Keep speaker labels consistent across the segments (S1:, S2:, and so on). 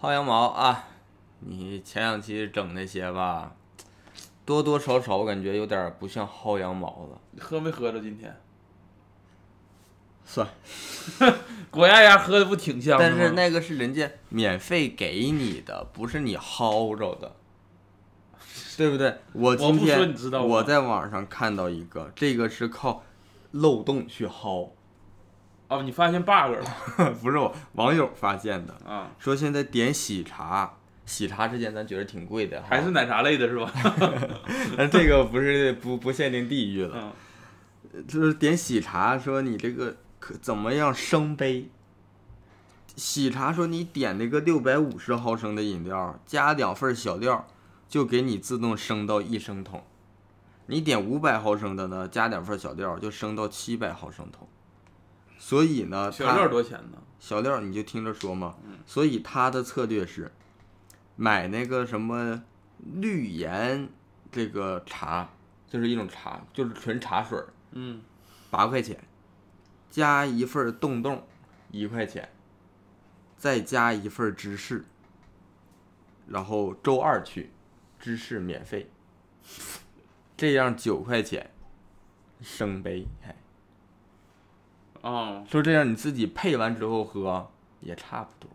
S1: 薅羊毛啊，你前两期整那些吧，多多少少我感觉有点不像薅羊毛了。
S2: 喝没喝着今天？
S1: 算，
S2: 果鸭鸭喝的不挺香的
S1: 但
S2: 吗？
S1: 是那个是人家免费给你的，不是你薅着的，对不对？我
S2: 我
S1: 今
S2: 不说
S1: 天
S2: 你知道吗
S1: 我在网上看到一个，这个是靠漏洞去薅，
S2: 哦，你发现 bug 了
S1: 不是我网友发现的，
S2: 啊？
S1: 说现在点喜茶。喜茶之前咱觉得挺贵的哈，
S2: 还是奶茶类 的是吧？
S1: 但 这个不是不不限定地域了，
S2: 嗯，
S1: 就是点喜茶说你这个可怎么样升杯？喜茶说你点那个六百五十毫升的饮料，加两份小料，就给你自动升到一升桶。你点五百毫升的呢，加两份小料，就升到七百毫升桶。所以呢，
S2: 小
S1: 它
S2: 料多少嗯钱呢？
S1: 小料你就听着说嘛。所以他的策略是买那个什么绿盐这个茶，就是一种茶，就是纯茶水儿
S2: 嗯，
S1: 八块钱，加一份儿冻冻一块钱，再加一份儿芝士，然后周二去，芝士免费，这样九块钱，生杯，哎，
S2: 哦，
S1: 说这样你自己配完之后喝也差不多。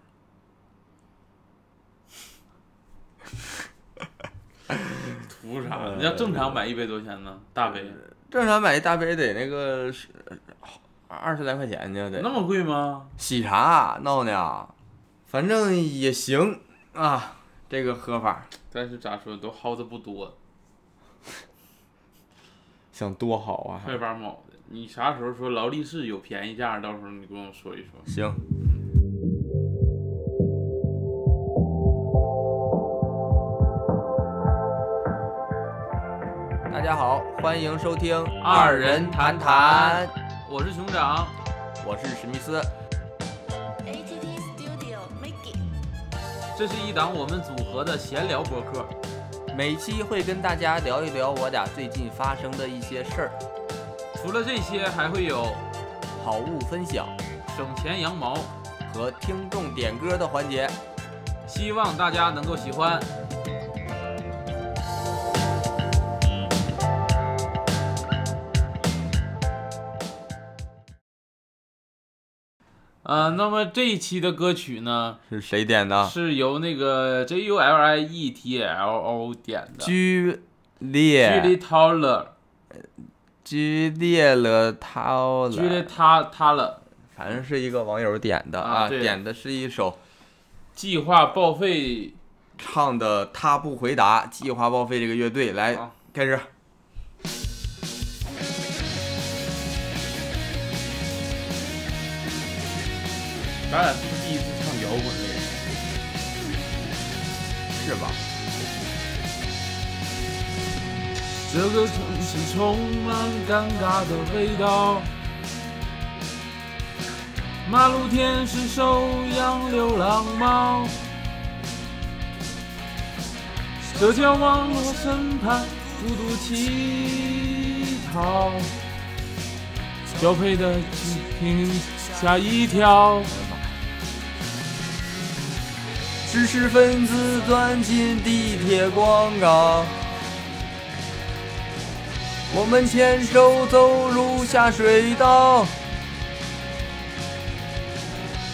S2: 图啥？
S1: 呃
S2: 你要正常买一杯多少钱呢？大杯
S1: 正常买一大杯得那个是二十来块钱呢，得
S2: 那么贵吗？
S1: 喜茶闹呢，反正也行啊，这个喝法
S2: 但是咋说都薅的不多，
S1: 想多好啊！
S2: 快八毛的。你啥时候说劳力士有便宜价？到时候你跟我说一说。
S1: 行，大家好，欢迎收听《
S2: 二人
S1: 谈
S2: 谈》，我是熊掌，
S1: 我是史密斯，
S3: ATT Studio Mickey。
S2: 这是一档我们组合的闲聊播客。
S1: 每期会跟大家聊一聊我俩最近发生的一些事儿，
S2: 除了这些，还会有
S1: 好物分享。
S2: 省钱羊毛，
S1: 和听众点歌的环节。
S2: 希望大家能够喜欢。呃，那么这一期的歌曲呢，
S1: 是谁点的？
S2: 是由那个 J U L I E T L O 点的，
S1: 剧
S2: Julie
S1: 烈，
S2: Taylor，
S1: 剧烈了涛
S2: j u l i
S1: 了，
S2: 他他了，
S1: 反正是一个网友点的
S2: 啊
S1: 啊，
S2: 对
S1: 点的是一首
S2: 计划报废
S1: 唱的《他不回答》，计划报废这个乐队来
S2: 啊
S1: 开始。
S2: 咱俩是不是第一次唱摇滚类？
S1: 是吧？
S2: 这个城市充满尴尬的味道，马路天是收养流浪猫，社交网络审判孤独乞讨，交配的只听吓一跳。
S1: 知识分子钻进地铁广场，我们牵手走入下水道。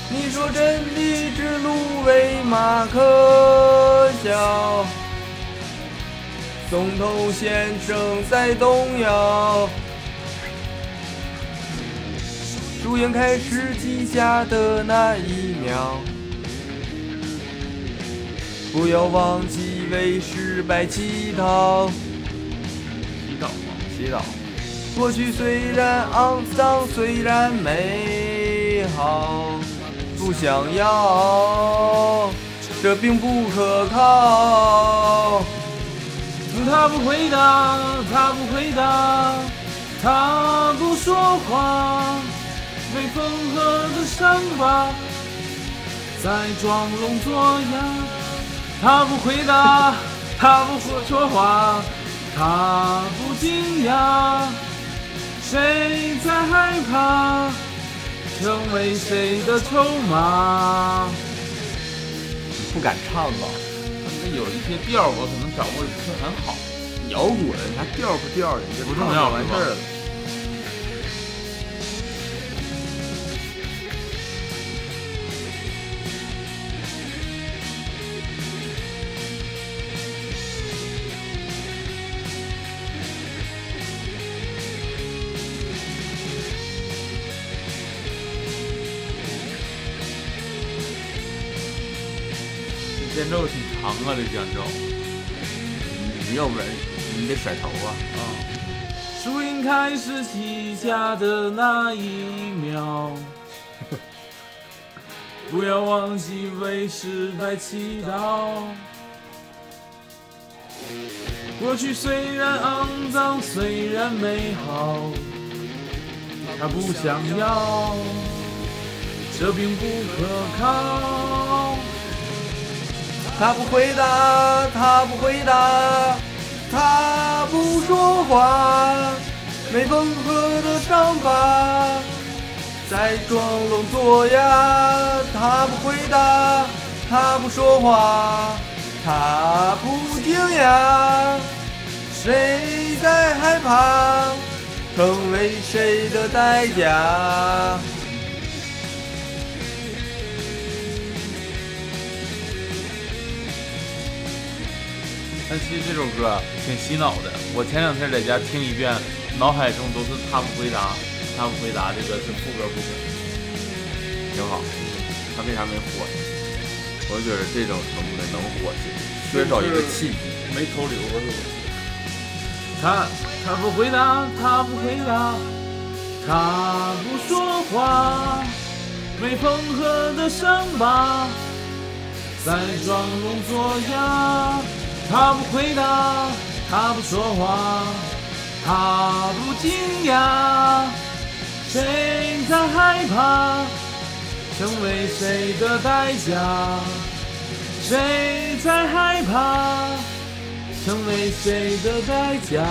S1: 你说真理之路为马可笑，总统先生在动摇。输赢开始计价的那一秒。不要忘记为失败祈祷，
S2: 洗澡吗？
S1: 祈祷。过去虽然肮脏，虽然美好，不想要，这并不可靠。
S2: 他不回答，他不回答，他不说话。被缝合的伤疤在装聋作哑，他不回答，他不说说话，他不惊讶，谁在害怕成为谁的筹码？
S4: 不敢唱吧？
S2: 那有一些调儿我可能掌握的不是很好，
S1: 摇滚它调不调儿，你就
S2: 不
S1: 唱
S2: 重
S1: 就
S2: 要
S1: 完
S2: 是
S1: 事
S2: 吧
S1: 儿了。
S2: 这间奏挺长啊，这间奏。
S1: 你要不然你得甩头啊。
S2: 树荫开始西下的那一 秒，不要忘记为时代祈祷。过去虽然肮脏，虽然美好，他不想要，这并不可靠。
S4: 他不回答，他不回答，他不说话。没缝合的伤疤，在装聋作哑。他不回答，他不说话，他不惊讶。谁在害怕？成为谁的代价？
S2: 但其实这首歌啊挺洗脑的，我前两天在家听一遍，脑海中都是他不回答，他不回答，这个是副歌部分。
S1: 挺好。他为啥没火？我觉得这种程度的能火是缺少一个契机。
S2: 没头流是吧？他他不回答，他不回答，他不说话，没缝合的伤疤，在装聋作哑。他不回答，他不说话，他不惊讶，谁在害怕？成为谁的代价？谁在害怕？成为谁的代价？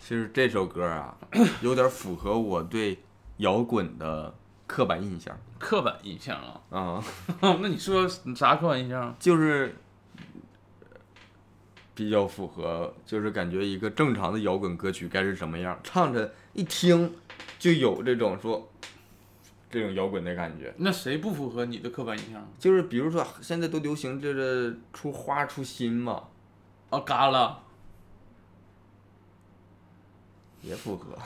S1: 其实这首歌啊，有点符合我对摇滚的刻板印象
S2: 刻板印象啊，
S1: 啊、
S2: 那你说啥刻板印象？
S1: 就是比较符合，就是感觉一个正常的摇滚歌曲该是什么样，唱着一听就有这种说这种摇滚的感觉。
S2: 那谁不符合你的刻板印象？
S1: 就是比如说，现在都流行这个出花出新嘛，
S2: 啊，嘎啦！
S1: 也符合。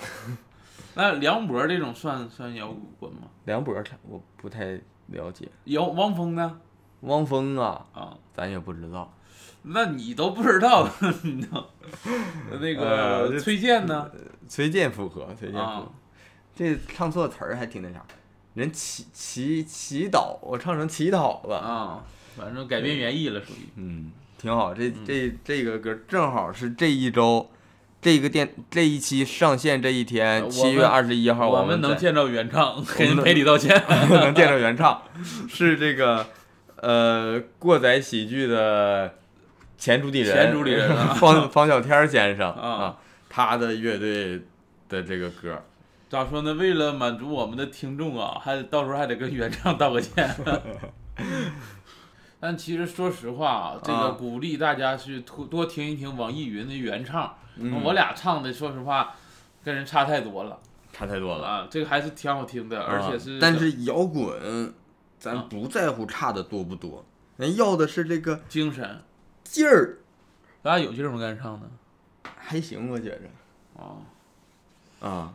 S2: 那梁博这种算算摇滚吗？
S1: 梁博他我不太了解，
S2: 摇汪峰呢？
S1: 汪峰啊，
S2: 啊，
S1: 咱也不知道。
S2: 那你都不知道，你知道？那
S1: 呃
S2: 个
S1: 这
S2: 崔健呢？
S1: 崔健符合，崔健符合。
S2: 啊，
S1: 这唱错词儿还挺那啥，人祈祈祈祷，我唱成祈祷了。
S2: 啊，反正改变原意了，属于。
S1: 嗯，挺好。这这这个歌正好是这一周，这个电这一期上线这一
S2: 呃
S1: 天，
S2: 我
S1: 七月
S2: 们
S1: 二十一号，
S2: 我
S1: 们
S2: 们能
S1: 在
S2: 见到原唱，
S1: 们
S2: 给人
S1: 能
S2: 赔礼道歉。
S1: 能见着原唱，是这个呃过载喜剧的前主理人，
S2: 前主理人啊
S1: 方方小天儿先生
S2: 啊
S1: 啊，他的乐队的这个歌，
S2: 咋说呢？为了满足我们的听众啊，还得到时候还得跟原唱道个歉。 但其实说实话啊，这
S1: 啊
S2: 个鼓励大家去多多听一听网易云的原唱。
S1: 嗯
S2: 我俩唱的，说实话，跟人差太多了
S1: 差太多了，
S2: 啊。这个还是挺好听的，而且是、
S1: 啊但是摇滚，咱不在乎差的多不
S2: 啊
S1: 多，人要的是这个
S2: 精神，
S1: 劲儿，
S2: 咱俩有劲儿吗？跟人唱的
S1: 还行，我觉着
S2: 啊，
S1: 啊。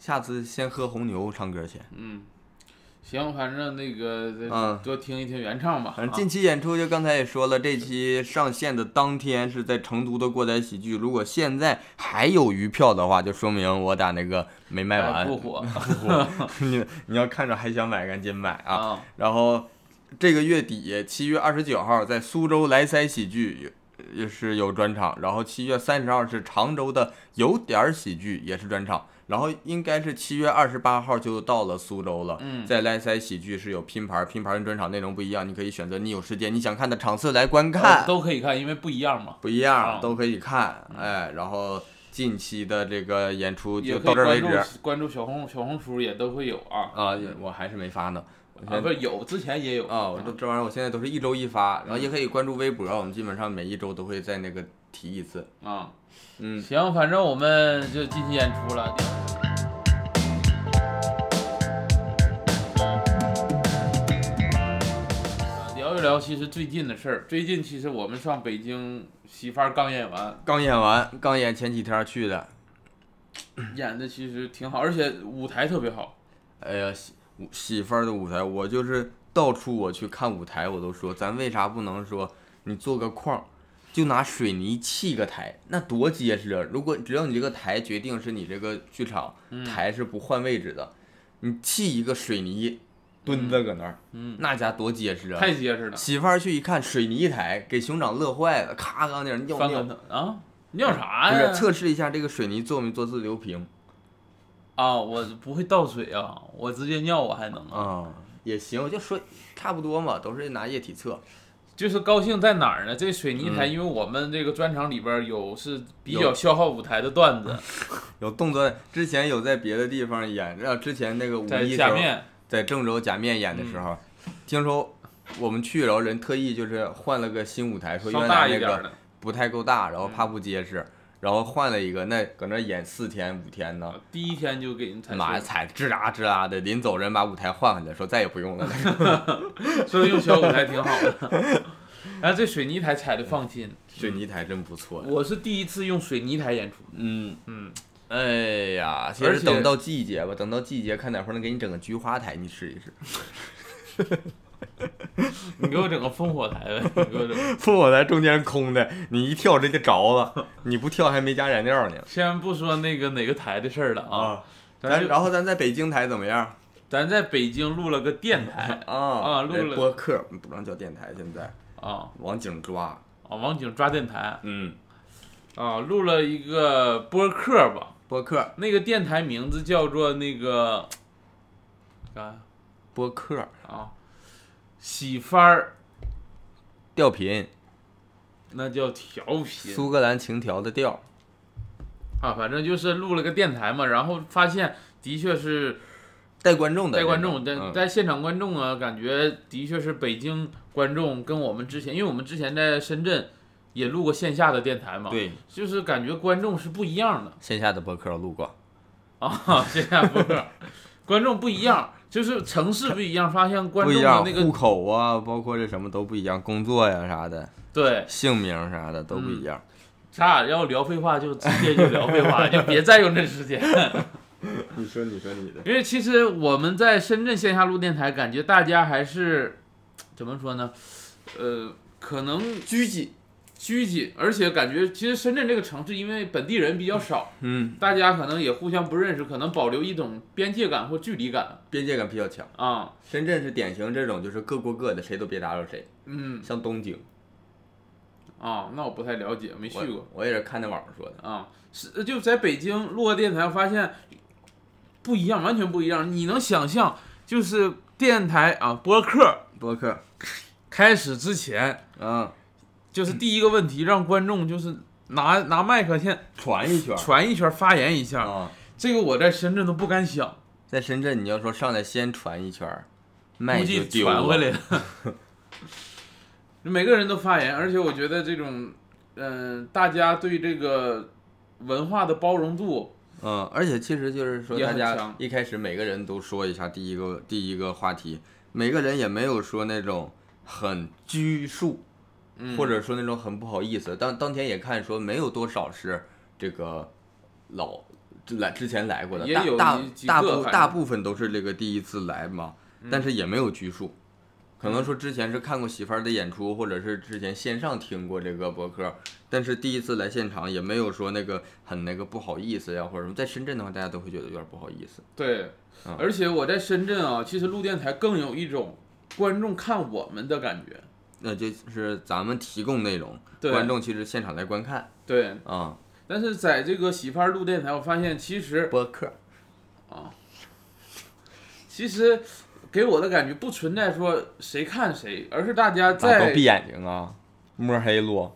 S1: 下次先喝红牛唱歌去。
S2: 嗯，行，反正那个、
S1: 啊
S2: 多听一听原唱吧。
S1: 反正
S2: 啊
S1: 近期演出就刚才也说了，这期上线的当天是在成都的过载喜剧。如果现在还有余票的话，就说明我打那个没卖
S2: 哎
S1: 完。
S2: 不火
S1: 你你要看着还想买，赶紧买啊！
S2: 啊，
S1: 然后这个月底七月二十九号在苏州莱塞喜剧也也是有专场，然后七月三十号是常州的有点儿喜剧也是专场，然后应该是七月二十八号就到了苏州了。
S2: 嗯
S1: 在莱塞喜剧是有拼盘，拼盘跟专场内容不一样，你可以选择你有时间你想看的场次来观看，
S2: 都可以看，因为不一样嘛。
S1: 不一样、
S2: 啊
S1: 都可以看，哎，然后。近期的这个演出
S2: 也
S1: 就
S2: 可
S1: 到
S2: 以
S1: 这儿为
S2: 关注
S1: 止
S2: 关注小红小红书也都会有啊
S1: 啊，也我还是没发呢。我
S2: 啊，
S1: 现
S2: 不
S1: 在
S2: 是有之前也有
S1: 啊，我这这玩意儿我现在都是一周一发，然后
S2: 嗯
S1: 也可以关注微博，我们基本上每一周都会在那个提一次。
S2: 啊。
S1: 嗯，
S2: 行，反正我们就进行演出了。啊聊一聊，其实最近的事儿。最近其实我们上北京，媳妇儿刚演完，
S1: 刚演完，刚演前几天去的，
S2: 演的其实挺好，而且舞台特别好。
S1: 哎呀，媳媳妇儿的舞台，我就是到处我去看舞台，我都说咱为啥不能说你做个框儿，就拿水泥砌个台，那多结实啊！如果只要你这个台决定是你这个剧场、
S2: 嗯
S1: 台是不换位置的，你砌一个水泥墩子搁那儿，
S2: 嗯，
S1: 那家多结实啊！
S2: 太结实了，
S1: 媳妇儿去一看水泥台，给熊掌乐坏了，咔刚点尿
S2: 翻啊
S1: 尿
S2: 跟，头啊！你要啥
S1: 不
S2: 呀？
S1: 是测试一下这个水泥做没做自流平
S2: 啊，我不会倒水啊，我直接尿我还能啊。
S1: 啊、也行，我就说差不多嘛，都是拿液体测。
S2: 就是高兴在哪儿呢？这水泥台，
S1: 嗯
S2: 因为我们这个专场里边儿有是比较
S1: 有
S2: 消耗舞台的段子，
S1: 有动作，之前有在别的地方演，然后之前那个五
S2: 在
S1: 一时
S2: 下
S1: 候，
S2: 面嗯
S1: 在郑州假面演的时候，听说我们去，然后人特意就是换了个新舞台，说
S2: 稍
S1: 原
S2: 大
S1: 来
S2: 一
S1: 那
S2: 点儿
S1: 个
S2: 的，
S1: 不太够大，然后怕不结实，然后换了一个，那搁那演四天五天呢，
S2: 第一天就给人踩
S1: 妈
S2: 碎，
S1: 踩吱啦吱啦的，临走人把舞台换回来，说再也不 用了。
S2: 所以用小舞台挺好的。 然后这水泥台踩的放心，
S1: 水泥台真不错呀，
S2: 我是第一次用水泥台演出，
S1: 嗯。
S2: 嗯，
S1: 哎呀，其
S2: 而
S1: 实
S2: 且
S1: 等到季节吧，等到季节看哪会儿能给你整个菊花台，你试一试。
S2: 你给我整个烽火台呗，你给我整 个，
S1: 烽火台中间是空的，你一跳直接着了，你不跳还没加燃料呢。
S2: 先不说那个哪个台的事儿了啊，，咱
S1: 咱
S2: 就
S1: 然后咱在北京台怎么样
S2: 咱在北京录了个电台
S1: 啊？
S2: 啊录
S1: 来
S2: 了
S1: 播客不让叫电台，现在
S2: 啊
S1: 网警抓。
S2: 啊，网警抓电台
S1: 嗯，
S2: 啊，录了一个播客吧，
S1: 播客
S2: 那个电台名字叫做那个啥呀
S1: 播客
S2: 啊，喜番儿，
S1: 调频，
S2: 那叫调频。
S1: 苏格兰情调的调。
S2: 啊，反正就是录了个电台嘛，然后发现的确是
S1: 带观众的
S2: 带
S1: 那
S2: 观
S1: 种，
S2: 众，在
S1: 嗯
S2: 在现场观众啊，感觉的确是北京观众跟我们之前，因为我们之前在深圳也录过线下的电台嘛，，
S1: 对
S2: 就是感觉观众是不一样的
S1: 线下的播客我录过，
S2: 啊， 线下播客观众不一样，就是城市不一样，发现观
S1: 不
S2: 众
S1: 一
S2: 的
S1: 样，
S2: 那
S1: 户
S2: 个
S1: 口啊，包括这什么都不一样，工作呀啥的，
S2: 对，
S1: 姓名啥的都不
S2: 嗯
S1: 一样。
S2: 咱俩要聊废话就直接就聊 废话，就别占用这时间。
S1: 你说，你说你的，
S2: 因为其实我们在深圳线下录电台，感觉大家还是怎么说呢？呃，可能
S1: 拘谨。
S2: 拘谨，而且感觉其实深圳这个城市，因为本地人比较少，
S1: 嗯，
S2: 大家可能也互相不认识，可能保留一种边界感或距离感
S1: 边界感比较强。
S2: 啊。
S1: 深圳是典型这种，就是各过各的，谁都别打扰谁。
S2: 嗯
S1: 像东京，
S2: 啊，那我不太了解，没去
S1: 我
S2: 过
S1: 我也是看那网上说的。
S2: 啊。是就在北京录个电台，发现不一样，完全不一样。你能想象，就是电台啊播客
S1: 播客，
S2: 开始之前，
S1: 嗯，
S2: 就是第一个问题，让观众就是拿拿麦克先
S1: 传一圈儿
S2: 传一圈，发言一下。
S1: 啊，
S2: 这个我在深圳都不敢想，
S1: 在深圳你要说上来先传一圈儿，麦
S2: 估
S1: 就
S2: 计
S1: 丢了
S2: 传回来了。 每个人都发言，而且我觉得这种，嗯、大家对这个文化的包容度，
S1: 嗯，而且其实就是说，
S2: 也
S1: 大
S2: 很强
S1: 家一开始每个人都说一下第一个第一个话题，每个人也没有说那种很拘束，
S2: 嗯、
S1: 或者说那种很不好意思。当当天也看说没有多少是这个老就来之前来过的，
S2: 也
S1: 大
S2: 有
S1: 大
S2: 一几
S1: 大
S2: 个嗯
S1: 部
S2: 反正
S1: 大部分都是这个第一次来嘛，但是也没有拘束。可
S2: 嗯
S1: 能说之前是看过媳妇儿的演出，或者是之前线上听过这个博客，但是第一次来现场也没有说那个很那个不好意思呀或者什么。在深圳的话，大家都会觉得有点不好意思。
S2: 对
S1: 嗯，
S2: 而且我在深圳啊，其实录电台更有一种观众看我们的感觉，
S1: 那就是咱们提供内容，
S2: 对
S1: 观众其实现场来观看
S2: 对。
S1: 啊、
S2: 但是在这个媳妇儿录电台，我发现其实
S1: 播客。
S2: 其实给我的感觉不存在说谁看啊谁，而是大家
S1: 咋都
S2: 再
S1: 闭眼睛啊，摸黑录。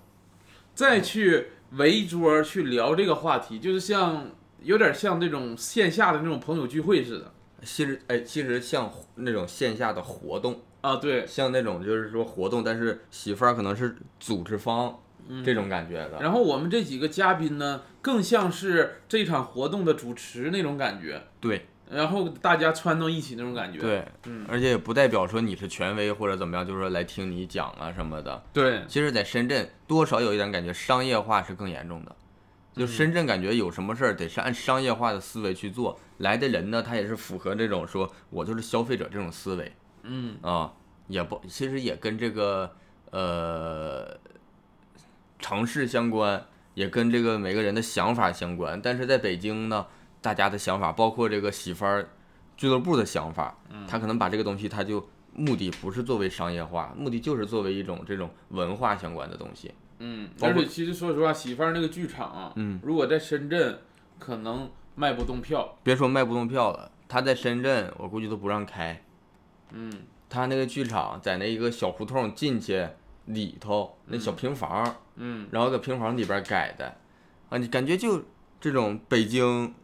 S2: 再去围一桌去聊这个话题，就是像有点像那种线下的那种朋友聚会似的
S1: 其实，哎，其实像那种线下的活动，
S2: 啊。对，
S1: 像那种就是说活动，但是媳妇儿可能是组织方
S2: 嗯
S1: 这种感觉的。
S2: 然后我们这几个嘉宾呢，更像是这场活动的主持那种感觉，
S1: 对
S2: 然后大家穿到一起那种感觉。
S1: 对，
S2: 嗯，
S1: 而且也不代表说你是权威或者怎么样，就是说来听你讲啊什么的。
S2: 对，
S1: 其实，在深圳多少有一点感觉商业化是更严重的。
S2: 嗯
S1: 就深圳感觉有什么事儿得是按商业化的思维去做，来的人呢，他也是符合这种说我就是消费者这种思维
S2: 嗯，
S1: 啊，也不其实也跟这个呃城市相关，也跟这个每个人的想法相关。但是在北京呢，大家的想法，包括这个媳妇儿俱乐部的想法，他可能把这个东西他就。目的不是作为商业化，目的就是作为一种这种文化相关的东西。
S2: 嗯，
S1: 包括
S2: 而且其实说实话，媳妇儿那个剧场啊，
S1: 嗯，
S2: 如果在深圳，可能卖不动票。
S1: 别说卖不动票了，他在深圳，我估计都不让开。
S2: 嗯，
S1: 他那个剧场在那一个小胡同进去里头那小平房，
S2: 嗯，
S1: 然后搁平房里边改的，啊，你感觉就这种北京，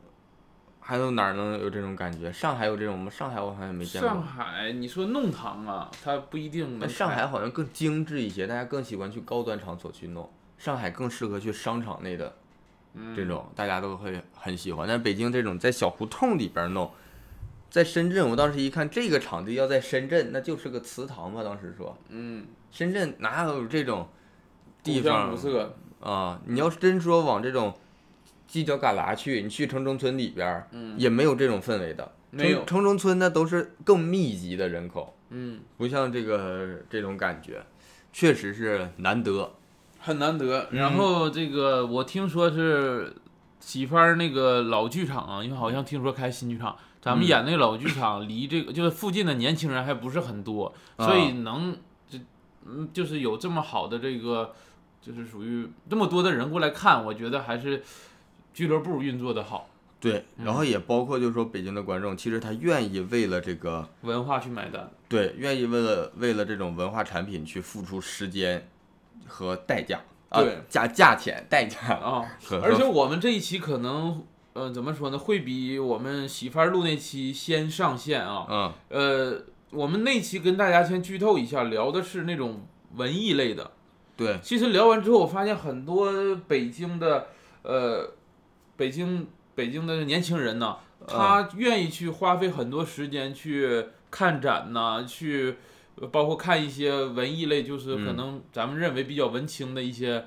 S1: 还有哪儿能有这种感觉？上海有这种吗？上海我好像没见过。
S2: 上海，你说弄堂啊，它不一定能
S1: 但上
S2: 开
S1: 海好像更精致一些，大家更喜欢去高端场所去弄。上海更适合去商场内的这种，大家都会很喜欢。但北京这种在小胡同里边弄，在深圳，我当时一看这个场地要在深圳，那就是个祠堂吧。当时说，
S2: 嗯，
S1: 深圳哪有这种地
S2: 古香
S1: 方
S2: 古色，
S1: 啊？你要是真说往这种犄角旮旯去，你去城中村里边儿，也没有这种氛围的。
S2: 没有
S1: 城城中村那都是更密集的人口，
S2: 嗯，
S1: 不像这个这种感觉，确实是难得。
S2: 很难得。
S1: 嗯
S2: 然后这个我听说是媳妇儿那个老剧场啊，因为好像听说开新剧场，咱们
S1: 嗯
S2: 演那老剧场离这个就是附近的年轻人还不是很多，
S1: 啊
S2: 所以能这嗯就是有这么好的这个就是属于这么多的人过来看，我觉得还是俱乐部运作的好，
S1: 对，然后也包括就是说北京的观众，其实他愿意为了这个，
S2: 文化去买单。
S1: 对，愿意为了为了这种文化产品去付出时间和代价，啊
S2: 对，
S1: 价价钱代 价。
S2: 啊
S1: 呵，呵
S2: 而且我们这一期可能，呃，怎么说呢，会比我们媳妇儿录那期先上线啊。
S1: 嗯，
S2: 呃，我们那期跟大家先剧透一下，聊的是那种文艺类的。
S1: 对，
S2: 其实聊完之后，我发现很多北京的，呃，北京北京的年轻人呢，他愿意去花费很多时间去看展呐、去呃包括看一些文艺类，就是可
S1: 嗯
S2: 能咱们认为比较文青的一些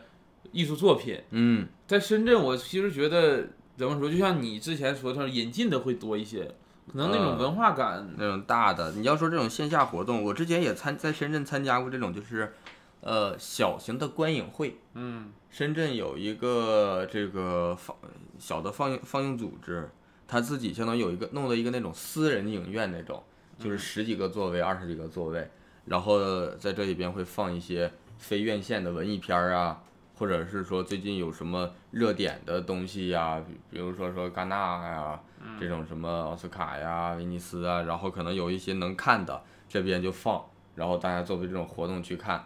S2: 艺术作品。
S1: 嗯，
S2: 在深圳，我其实觉得怎么说，就像你之前说的，引进的会多一些，可能那
S1: 嗯
S2: 种文化感，
S1: 那种大的，你要说这种线下活动，我之前也参在深圳参加过这种，就是呃小型的观影会。
S2: 嗯
S1: 深圳有一个这个放小的放映放映组织，他自己相当于有一个弄了一个那种私人影院那种，就是十几个座位、二十几个座位，然后在这里边会放一些非院线的文艺片儿啊，或者是说最近有什么热点的东西呀、比比如说说戛纳呀、
S2: 嗯
S1: 这种什么奥斯卡呀、威尼斯啊，然后可能有一些能看的这边就放，然后大家作为这种活动去看。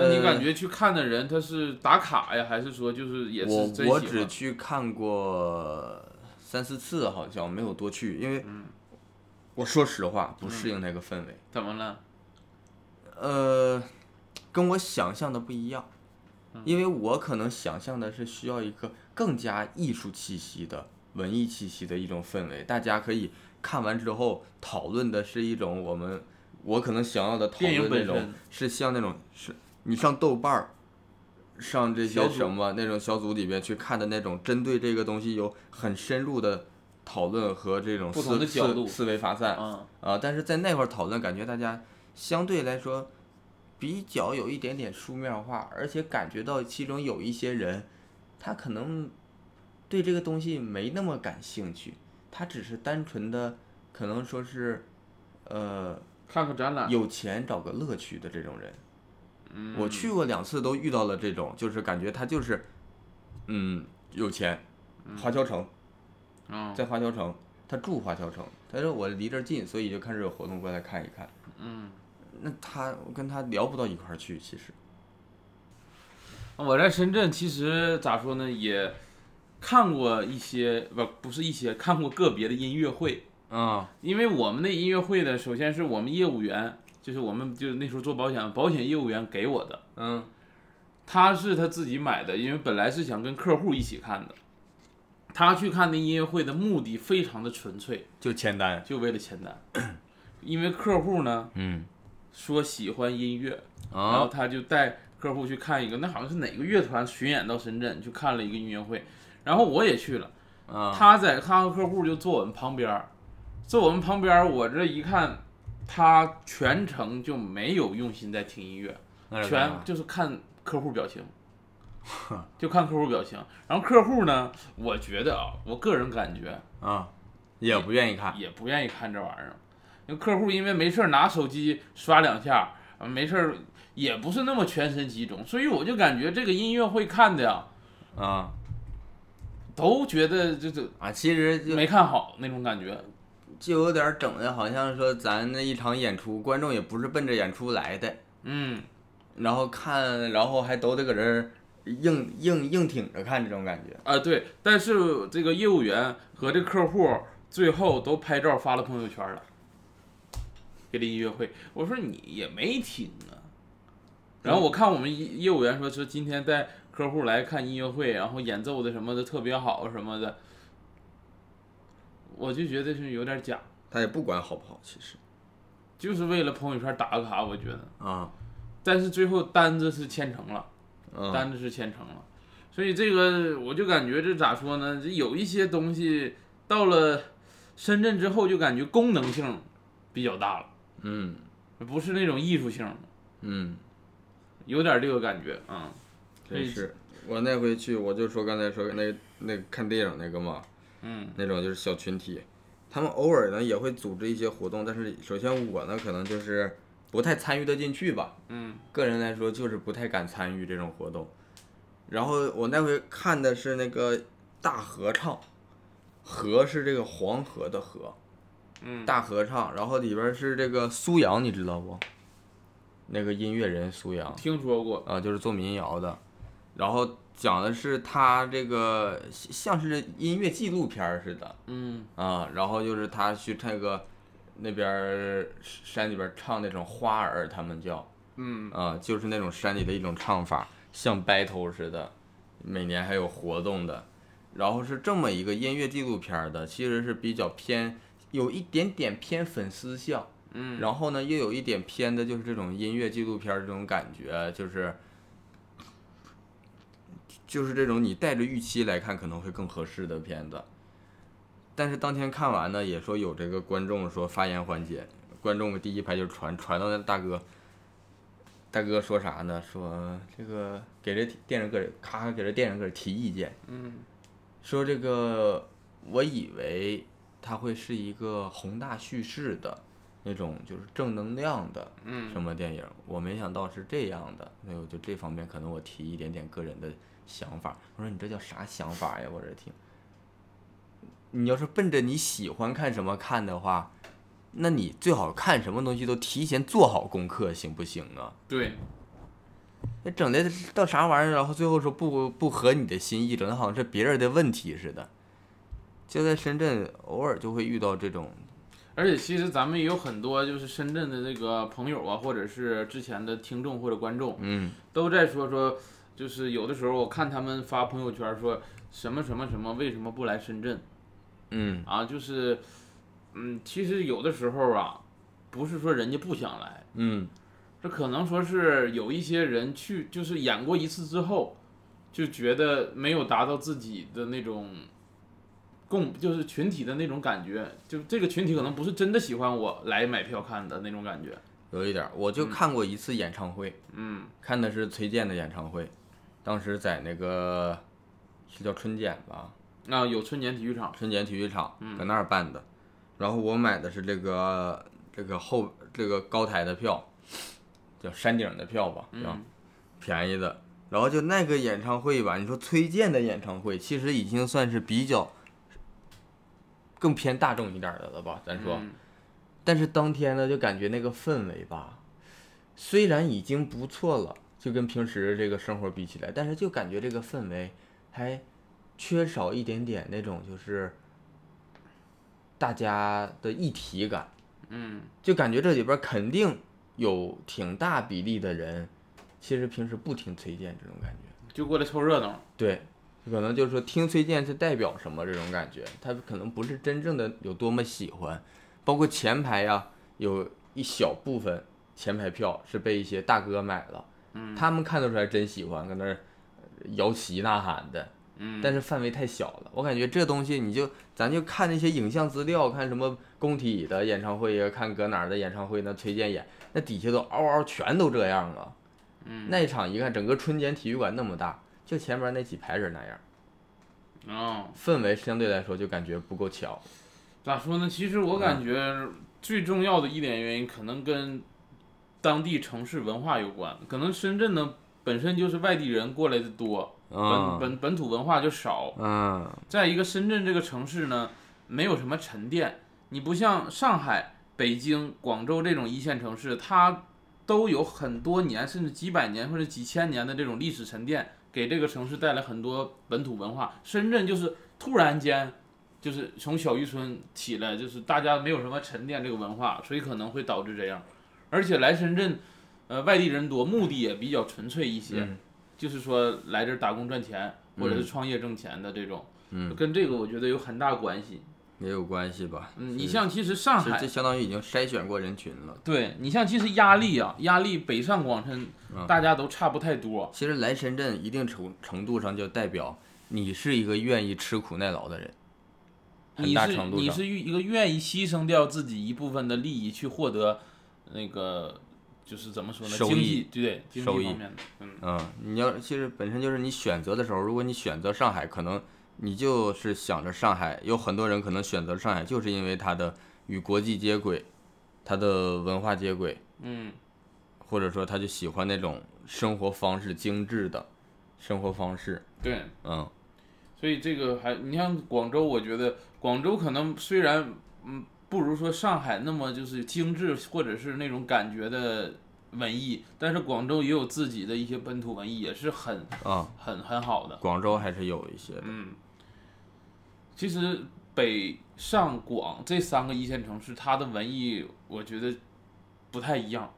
S2: 那你感
S1: 呃
S2: 觉去看的人他是打卡呀，还是说就是也是
S1: 我
S2: 真
S1: 我
S2: 喜
S1: 只
S2: 欢？
S1: 去看过三四次，好像没有多去，因为
S2: 嗯
S1: 我说实话不适应那个氛围，
S2: 怎么了？
S1: 呃，跟我想象的不一样，
S2: 嗯
S1: 因为我可能想象的是需要一个更加艺术气息的、文艺气息的一种氛围，大家可以看完之后讨论的是一种我们我可能想要的讨
S2: 电影
S1: 论那
S2: 本
S1: 种是
S2: 身
S1: 像那种是你上豆瓣儿。上这
S2: 小
S1: 些
S2: 组
S1: 什么那种小组里边去看的那种，针对这个东西有很深入的讨论和这种
S2: 不
S1: 思
S2: 同的角
S1: 思
S2: 度
S1: 思维发散，
S2: 嗯，
S1: 啊，但是在那块儿讨论，感觉大家相对来说比较有一点点书面化，而且感觉到其中有一些人，他可能对这个东西没那么感兴趣，他只是单纯的可能说是，呃，
S2: 看个展览，
S1: 有钱找个乐趣的这种人。
S2: 嗯
S1: 我去过两次，都遇到了这种，就是感觉他就是，嗯，有钱，华侨城，
S2: 嗯
S1: 在华侨城，他住华侨城，他说我离这儿近，所以就看这有活动过来看一看。
S2: 嗯，
S1: 那他我跟他聊不到一块儿去，其实
S2: 我在深圳其实咋说呢，也看过一些不不是一些看过个别的音乐会，
S1: 嗯
S2: 因为我们的音乐会呢，首先是我们业务员，就是我们就是那时候做保险，保险业务员给我的，
S1: 嗯
S2: 他是他自己买的，因为本来是想跟客户一起看的。他去看那音乐会的目的非常的纯粹，
S1: 就签单，
S2: 就为了签单， 因为客户呢
S1: 嗯
S2: 说喜欢音乐，然后
S1: 啊
S2: 他就带客户去看一个，那好像是哪个乐团巡演到深圳去看了一个音乐会，然后我也去了，
S1: 啊，
S2: 他在他和客户就坐我们旁边儿，坐我们旁边儿，我这一看，他全程就没有用心在听音乐，
S1: 那是干
S2: 全
S1: 嘛
S2: 就是看客户表情，就看客户表情，然后客户呢，我觉得啊，我个人感觉啊
S1: 啊，也不愿意看，
S2: 也不愿意看这玩意儿。那客户因为没事儿拿手机刷两下，啊没事儿也不是那么全神集中，所以我就感觉这个音乐会看的呀，
S1: 啊
S2: 都觉得就是
S1: 啊，其实就
S2: 没看好那种感觉。
S1: 就有点整的，好像说咱那一场演出，观众也不是奔着演出来的，
S2: 嗯，
S1: 然后看，然后还都得搁这儿硬硬硬挺着看，这种感觉。
S2: 啊、对，但是这个业务员和这客户最后都拍照发了朋友圈了，给这音乐会，我说你也没听啊。然后我看我们业业务员说说今天带客户来看音乐会，然后演奏的什么的特别好什么的，我就觉得是有点假，
S1: 他也不管好不好，其实
S2: 就是为了朋友圈打个卡，我觉得。
S1: 啊，
S2: 但是最后单子是签成了。
S1: 嗯
S2: 单子是签成了，所以这个我就感觉这咋说呢？这有一些东西到了深圳之后，就感觉功能性比较大了，
S1: 嗯
S2: 不是那种艺术性了，
S1: 嗯，
S2: 有点这个感觉啊、
S1: 真是。我那回去，我就说刚才说那那看电影那个嘛，
S2: 嗯。
S1: 那种就是小群体，他们偶尔呢也会组织一些活动，但是首先我呢可能就是不太参与得进去吧，
S2: 嗯
S1: 个人来说就是不太敢参与这种活动。然后我那回看的是那个大合唱，河是这个黄河的河，
S2: 嗯
S1: 大合唱，然后里边是这个苏阳，你知道不？那个音乐人苏阳，
S2: 听说过，
S1: 啊，就是做民谣的，然后讲的是他这个像是音乐纪录片儿似的
S2: 嗯
S1: 啊，然后就是他去那个那边儿山里边儿唱那种花儿，他们叫，
S2: 嗯
S1: 啊，就是那种山里的一种唱法，像 battle 似的，每年还有活动的，然后是这么一个音乐纪录片儿的，其实是比较偏，有一点点偏粉丝向，
S2: 嗯，
S1: 然后呢又有一点偏的就是这种音乐纪录片儿这种感觉，就是就是这种你带着预期来看可能会更合适的片子。但是当天看完呢，也说有这个观众说发言环节，观众第一排就传传到那大哥，大哥说啥呢？说这个给这电影个人咔咔给这电影个人提意见，
S2: 嗯
S1: 说这个我以为它会是一个宏大叙事的那种，就是正能量的
S2: 嗯
S1: 什么电影，我没想到是这样的，所以我就这方面可能我提一点点个人的想法。我说你这叫啥想法呀？我这听，你要是奔着你喜欢看什么看的话，那你最好看什么东西都提前做好功课，行不行啊？
S2: 对，
S1: 那整的到啥玩意儿，然后最后说不不合你的心意，整的好像是别人的问题似的。就在深圳，偶尔就会遇到这种，
S2: 而且其实咱们也有很多就是深圳的这个朋友啊，或者是之前的听众或者观众，
S1: 嗯
S2: 都在说说，就是有的时候我看他们发朋友圈说什么什么什么，为什么不来深圳
S1: 嗯
S2: 啊？就是，嗯，其实有的时候啊，不是说人家不想来，
S1: 嗯
S2: 这可能说是有一些人去就是演过一次之后，就觉得没有达到自己的那种。共就是群体的那种感觉，就这个群体可能不是真的喜欢我来买票看的那种感觉。
S1: 有一点儿。我就看过一次演唱会，
S2: 嗯
S1: 看的是崔健的演唱会，当时在那个是叫春茧吧，
S2: 啊，有春年体育场，
S1: 春茧体育场在那儿办的，然后我买的是这个这个后这个高台的票，叫山顶的票吧，叫、
S2: 嗯
S1: 便宜的。然后就那个演唱会吧，你说崔健的演唱会，其实已经算是比较更偏大众一点儿的了吧，咱说。
S2: 嗯
S1: 但是当天呢，就感觉那个氛围吧，虽然已经不错了，就跟平时这个生活比起来，但是就感觉这个氛围还缺少一点点那种就是大家的一体感。
S2: 嗯，
S1: 就感觉这里边儿肯定有挺大比例的人，其实平时不听崔健这种感觉。
S2: 就过来凑热闹。
S1: 对，可能就是说听崔健是代表什么这种感觉，他可能不是真正的有多么喜欢。包括前排呀、有一小部分前排票是被一些大哥买了，
S2: 嗯
S1: 他们看得出来真喜欢，搁那儿呃摇旗呐喊的。
S2: 嗯，
S1: 但是范围太小了，我感觉这东西你就咱就看那些影像资料，看什么工体的演唱会呀，看搁哪儿的演唱会，那崔健演那底下都嗷嗷全都这样啊。
S2: 嗯
S1: 那一场一看，整个春间体育馆那么大，就前面那几排人那样，
S2: 啊、
S1: 氛围相对来说就感觉不够强。
S2: 咋说呢？其实
S1: 嗯
S2: 我感觉最重要的一点原因，可能跟当地城市文化有关。可能深圳呢本身就是外地人过来的多，本
S1: 嗯
S2: 本本土文化就少。
S1: 嗯
S2: 再一个，深圳这个城市呢，没有什么沉淀。你不像上海、北京、广州这种一线城市，它都有很多年，甚至几百年或者几千年的这种历史沉淀，给这个城市带来很多本土文化。深圳就是突然间，就是从小渔村起来，就是大家没有什么沉淀这个文化，所以可能会导致这样。而且来深圳，呃，外地人多，目的也比较纯粹一些，
S1: 嗯
S2: 就是说来这儿打工赚钱，或者是
S1: 嗯
S2: 创业挣钱的这种。
S1: 嗯，
S2: 跟这个我觉得有很大关系。
S1: 也有关系吧。
S2: 嗯，
S1: 是
S2: 你像其实上
S1: 这
S2: 海
S1: 这，相当于已经筛选过人群了。
S2: 对你像其实压力啊，压力北上广深
S1: 嗯
S2: 大家都差不太多。
S1: 其实来深圳一定程程度上就代表你是一个愿意吃苦耐劳的人，很
S2: 你
S1: 大
S2: 是
S1: 程度
S2: 你
S1: 上。
S2: 是一个愿意牺牲掉自己一部分的利益去获得那个就是怎么说呢？
S1: 收益
S2: 经济对经济
S1: 收
S2: 方
S1: 益
S2: 面的，嗯，
S1: 嗯，你要其实本身就是你选择的时候，如果你选择上海，可能你就是想着上海。有很多人可能选择上海，就是因为它的与国际接轨，它的文化接轨，
S2: 嗯，
S1: 或者说他就喜欢那种生活方式精致的生活方式。
S2: 对。
S1: 嗯，
S2: 所以这个还你像广州，我觉得广州可能虽然嗯不如说上海那么就是精致或者是那种感觉的文艺，但是广州也有自己的一些本土文艺，也是很
S1: 啊、
S2: 很很好的。
S1: 广州还是有一些的。
S2: 嗯，其实北上广这三个一线城市，它的文艺我觉得不太一样。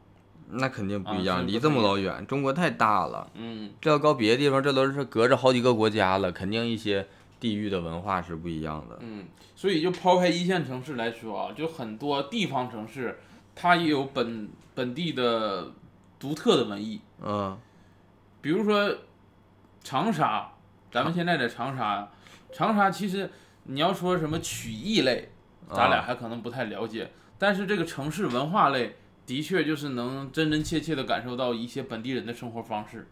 S1: 那肯定不
S2: 啊
S1: 一样，
S2: 是不
S1: 离这
S2: 太
S1: 么
S2: 一样
S1: 老远，中国太大了。
S2: 嗯，
S1: 这要搁别的地方，这都是隔着好几个国家了，肯定一些地域的文化是不一样的。
S2: 嗯，所以就抛开一线城市来说啊，就很多地方城市，它也有本本地的独特的文艺，
S1: 嗯，
S2: 比如说长沙，咱们现在在长沙，长沙其实你要说什么曲艺类，咱俩
S1: 啊
S2: 还可能不太了解，但是这个城市文化类。的确，就是能真真切切的感受到一些本地人的生活方式。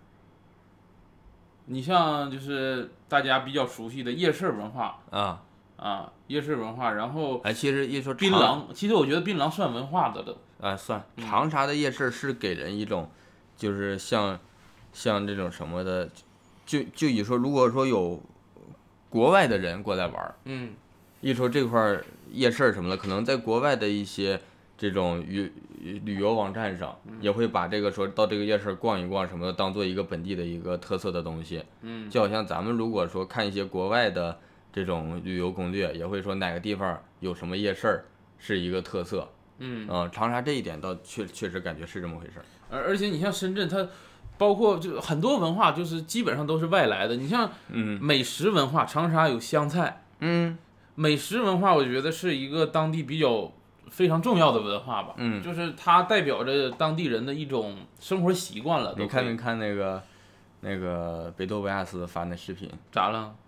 S2: 你像就是大家比较熟悉的夜市文化
S1: 啊，
S2: 啊，夜市文化，然后
S1: 哎，其实一说
S2: 槟
S1: 长
S2: 榔，嗯其实我觉得槟榔算文化的了。
S1: 啊，算长沙的夜市是给人一种，就是像像这种什么的，就就以说，如果说有国外的人过来玩儿，
S2: 嗯
S1: 一说这块儿夜市什么的，可能在国外的一些这种旅旅游网站上，也会把这个说到这个夜市逛一逛什么的，当做一个本地的一个特色的东西。
S2: 嗯
S1: 就好像咱们如果说看一些国外的这种旅游攻略，也会说哪个地方有什么夜市儿是一个特色。
S2: 嗯，
S1: 嗯，长沙这一点倒确确实感觉是这么回事儿。
S2: 而而且你像深圳，它包括就很多文化，就是基本上都是外来的。你像
S1: 嗯
S2: 美食文化，长沙有湘菜，
S1: 嗯
S2: 美食文化我觉得是一个当地比较非常重要的文化吧。
S1: 嗯，
S2: 就是它代表着当地人的一种生活习惯了。
S1: 你
S2: 都可
S1: 看
S2: 以
S1: 没看那个那个北斗维亚斯发那视频？
S2: 咋了？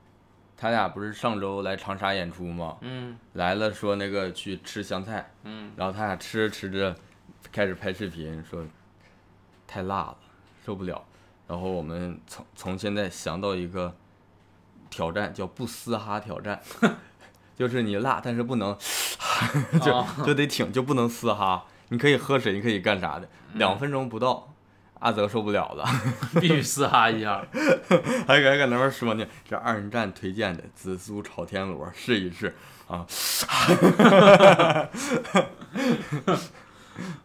S1: 他俩不是上周来长沙演出吗？
S2: 嗯
S1: 来了说那个去吃湘菜，
S2: 嗯，
S1: 然后他俩吃着吃着开始拍视频，说太辣了，受不了。然后我们从从现在想到一个挑战，叫不嘶哈挑战， 就是你辣，但是不能
S2: 啊，
S1: 就得挺，就不能嘶哈。你可以喝水，你可以干啥的。
S2: 嗯
S1: 两分钟不到，阿泽受不了 了，
S2: 必须嘶哈一下。
S1: 还搁还搁那边说呢，这二人站推荐的紫苏炒田螺试一试啊。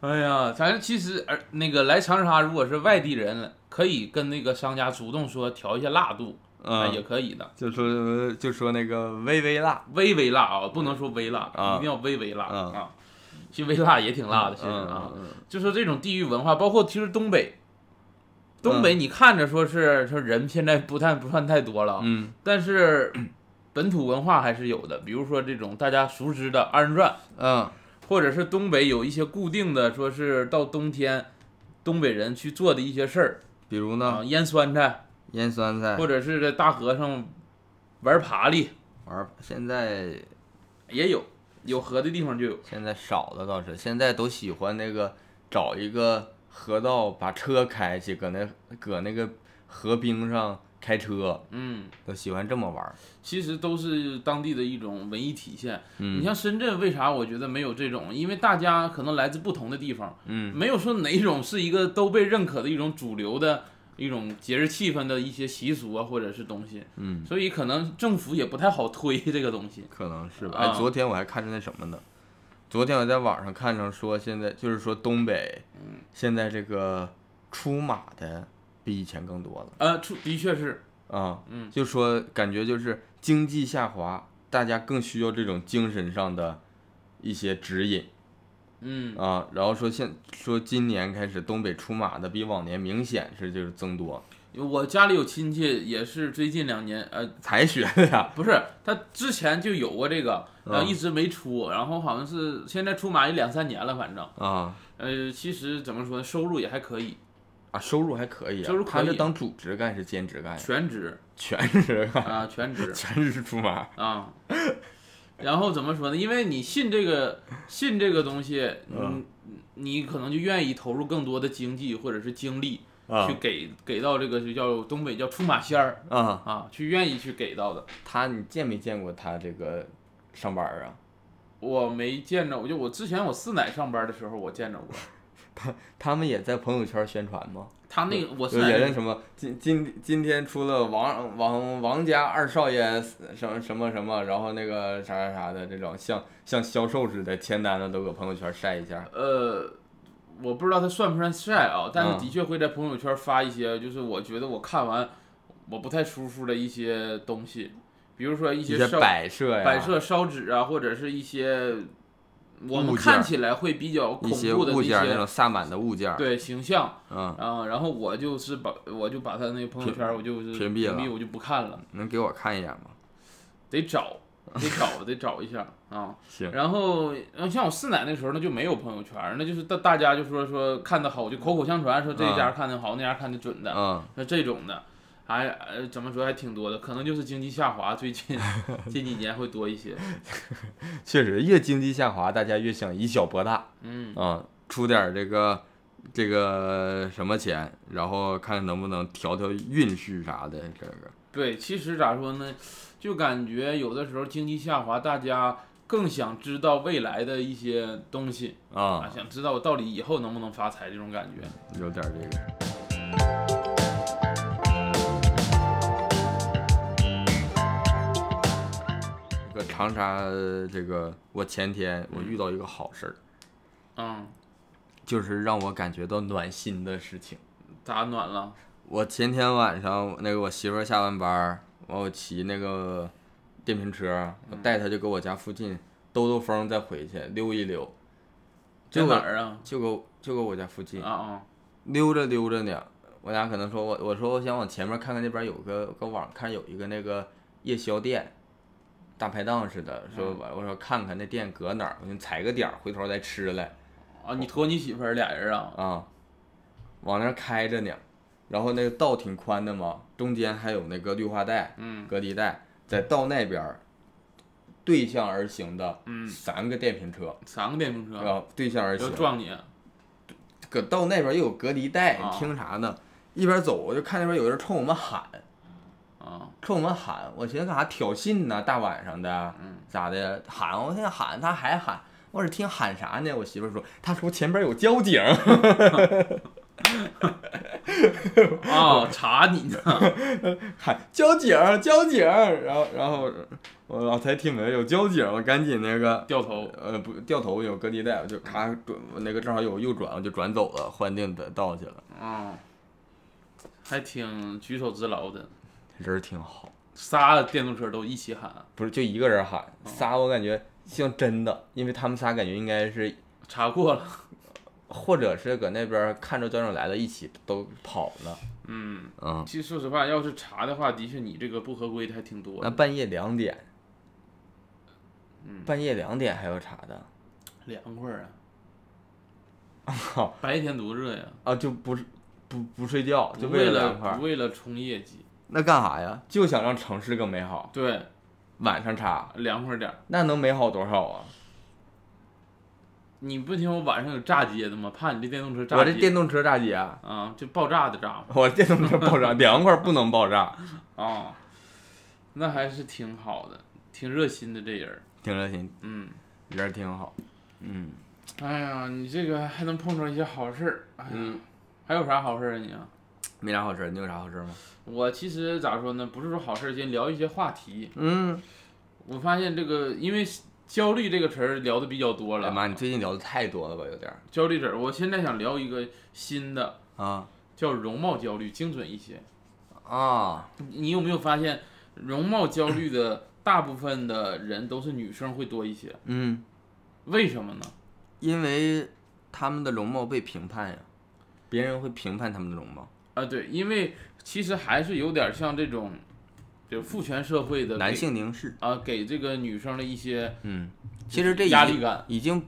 S2: 哎呀，反正其实而那个来长沙，如果是外地人，可以跟那个商家主动说调一下辣度，啊、也
S1: 嗯，
S2: 可以的，
S1: 就说就说那个微微辣，
S2: 微微辣啊，不能说微辣，
S1: 啊
S2: 一定要微微辣、
S1: 嗯
S2: 啊。其实微辣也挺辣的，其实
S1: 嗯
S2: 啊，
S1: 嗯
S2: 就说这种地域文化，包括其实东北，东北你看着说是说人现在不但不算太多了，
S1: 嗯
S2: 但是本土文化还是有的，比如说这种大家熟知的二人转，
S1: 嗯
S2: 或者是东北有一些固定的，说是到冬天东北人去做的一些事儿
S1: 比如
S2: 啊，
S1: 呢，
S2: 腌酸菜，
S1: 腌酸菜
S2: 或者是这大和尚玩爬犁
S1: 玩儿，现在
S2: 也有，有河的地方就有。
S1: 现在少了倒是，现在都喜欢那个找一个河道，把车开去，搁那搁那个河冰上开车，
S2: 嗯，
S1: 都喜欢这么玩儿。
S2: 其实都是当地的一种文艺体现。
S1: 嗯，
S2: 你像深圳，为啥我觉得没有这种？因为大家可能来自不同的地方，
S1: 嗯
S2: 没有说哪种是一个都被认可的一种主流的一种节日气氛的一些习俗啊，或者是东西，
S1: 嗯，
S2: 所以可能政府也不太好推 这个东西。
S1: 可能是吧。
S2: 啊
S1: 哎，昨天我还看着那什么呢？昨天我在网上看上说，现在就是说东北，
S2: 嗯
S1: 现在这个出马的比以前更多了。
S2: 呃，出的确是，
S1: 啊，
S2: 嗯
S1: 就说感觉就是经济下滑，大家更需要这种精神上的一些指引
S2: 嗯，
S1: 啊。然后说现说今年开始东北出马的比往年明显是就是增多，
S2: 我家里有亲戚也是最近两年，呃，
S1: 才学的呀，
S2: 不是，他之前就有过这个，然后
S1: 嗯
S2: 一直没出，然后好像是现在出马也两三年了，反正，
S1: 啊
S2: 呃，其实怎么说呢，收入也还可以，
S1: 啊，收入还可以啊，
S2: 收入可
S1: 他是
S2: 以
S1: 当主职干是兼职干呀？
S2: 全职
S1: 全职干，
S2: 啊、全职。
S1: 全职出马，
S2: 啊。 然后怎么说呢？因为你信这个信这个东西，
S1: 嗯
S2: 嗯，你可能就愿意投入更多的经济或者是精力
S1: 啊
S2: 去给给到这个就叫东北叫出马仙儿
S1: 啊，
S2: 啊，去愿意去给到的。
S1: 他你见没见过他这个上班儿啊？
S2: 我没见着，我就我之前我四奶上班的时候我见着过
S1: 他们也在朋友圈宣传吗？
S2: 他那个我
S1: 就
S2: 四
S1: 也那
S2: 奶
S1: 什么，今今今天出了王王王家二少爷什么什么什么，然后那个啥啥啥的这种像像销售似的签单的都搁朋友圈晒一下。
S2: 呃，我不知道他算不算晒啊，但
S1: 嗯
S2: 是的确会在朋友圈发一些，就是我觉得我看完我不太舒服的一些东西，比如说一
S1: 一
S2: 些
S1: 些
S2: 稍
S1: 摆设呀，
S2: 摆设烧纸啊，或者是一些我们
S1: 物件
S2: 看起来会比较恐
S1: 一些
S2: 怖的
S1: 物
S2: 一
S1: 件儿那种
S2: 些
S1: 萨满的物件儿，
S2: 对形象
S1: 嗯，
S2: 啊，然后我就是把我就把他那个朋友圈我就是
S1: 屏蔽了
S2: 我就不看了，
S1: 能给我看一眼吗？
S2: 得找得找得找一下啊。
S1: 行，
S2: 然后呃像我四奶那时候那就没有朋友圈，那就是大大家就说说看的好就口口相传，说这
S1: 啊
S2: 家看的好，那家看的准的，
S1: 嗯，
S2: 那这种的。还呃怎么说还挺多的，可能就是经济下滑，最 近近几年会多一些。
S1: 确实越经济下滑，大家越想以小博大
S2: 嗯，
S1: 啊、嗯，出点儿这个这个什么钱，然后看能不能调调运势啥的，这个
S2: 对，其实咋说呢，就感觉有的时候经济下滑，大家更想知道未来的一些东西啊，
S1: 啊、
S2: 想知道我到底以后能不能发财这种感觉。
S1: 有点儿这个。这个长沙，这个我前天我遇到一个好事儿，
S2: 嗯，
S1: 就是让我感觉到暖心的事情。
S2: 咋暖了？
S1: 我前天晚上，那个我媳妇儿下完班儿，完我骑那个电瓶车，我带她就搁我家附近兜兜风，再回去溜一溜，
S2: 在
S1: 就
S2: 哪儿啊？
S1: 就搁就搁我家附近
S2: 啊啊，
S1: 溜着溜着呢，我俩可能说我我说我想往前面看看那边有个搁网看有一个那个夜宵店，大排档似的，说
S2: 嗯
S1: 我我说看看那店搁哪儿，我就踩个点儿，回头再吃来
S2: 啊，你驮你媳妇儿俩人啊？
S1: 啊，往那儿开着呢，然后那个道挺宽的嘛，中间还有那个绿化带、
S2: 嗯
S1: 隔离带，在道那边儿对向而行的
S2: 嗯，
S1: 三个电瓶车
S2: 三个电瓶车
S1: 啊，对向而
S2: 要
S1: 行，
S2: 撞你，
S1: 搁到那边又有隔离带，
S2: 啊
S1: 你听啥呢？一边走我就看那边有人冲我们喊，
S2: 啊，
S1: 冲我们喊，我寻思干啥挑衅呢？大晚上的，
S2: 嗯
S1: 咋的？喊我现在喊他还喊，我是听喊啥呢？我媳妇儿说，她说前边有交警，
S2: 啊，查你呢，
S1: 喊交警儿，交警儿，然后然后我老才听着有交警儿，我赶紧那个
S2: 掉头。
S1: 呃不掉头有隔离带，我就咔转我那个正好有右转，我就转走了，换定的道去了，
S2: 啊，还挺举手之劳的，
S1: 人儿挺好，
S2: 仨电动车都一起喊
S1: 不是就一个人喊，仨我感觉像真的，因为他们仨感觉应该是
S2: 查过了，
S1: 或者是搁那边儿看着交警来了，一起都跑了，
S2: 嗯，
S1: 嗯，
S2: 其实说实话，要是查的话，的确你这个不合规的还挺多
S1: 那
S2: 的，
S1: 半夜两点，
S2: 嗯
S1: 半夜两点还要查的，
S2: 凉快儿 啊，白天多热呀，
S1: 啊就不是不不睡觉，就
S2: 不为
S1: 了
S2: 了
S1: 凉快儿
S2: 不，为了冲业绩，
S1: 那干啥呀？就想让城市更美好，
S2: 对，
S1: 晚上查
S2: 凉快点儿。
S1: 那能美好多少啊？
S2: 你不听我晚上有炸街的吗？怕你这电动车炸
S1: 我
S2: 街
S1: 这电动车炸街啊，
S2: 啊，就爆炸的炸嘛
S1: 我电动车爆炸，凉快不能爆炸。
S2: 啊，那还是挺好的，挺热心的这人儿，
S1: 挺热心，
S2: 嗯。
S1: 人儿挺好。嗯，
S2: 哎呀，你这个还能碰上一些好事儿。哎呀
S1: 嗯，
S2: 还有啥好事儿啊你啊？
S1: 没啥好事儿，你有啥好事儿吗？
S2: 我其实咋说呢，不是说好事儿，先聊一些话题。
S1: 嗯，
S2: 我发现这个，因为焦虑这个词儿聊的比较多
S1: 我的
S2: 了。
S1: 哎妈，你最近聊的太多了吧，有点儿
S2: 焦虑词儿，我现在想聊一个新的，
S1: 啊
S2: 叫容貌焦虑，精准一些。
S1: 啊，
S2: 你你有没有发现，容貌焦虑的大部分的人都是女生会多一些？
S1: 嗯，
S2: 为什么呢？
S1: 因为他们的容貌被评判呀，别人会评判他们的容貌，
S2: 啊，对，因为其实还是有点像这种，就父权社会的
S1: 男
S2: 给
S1: 性凝视。
S2: 啊，给这个女生的一些。
S1: 嗯，其实这已
S2: 压力
S1: 经
S2: 感
S1: 已经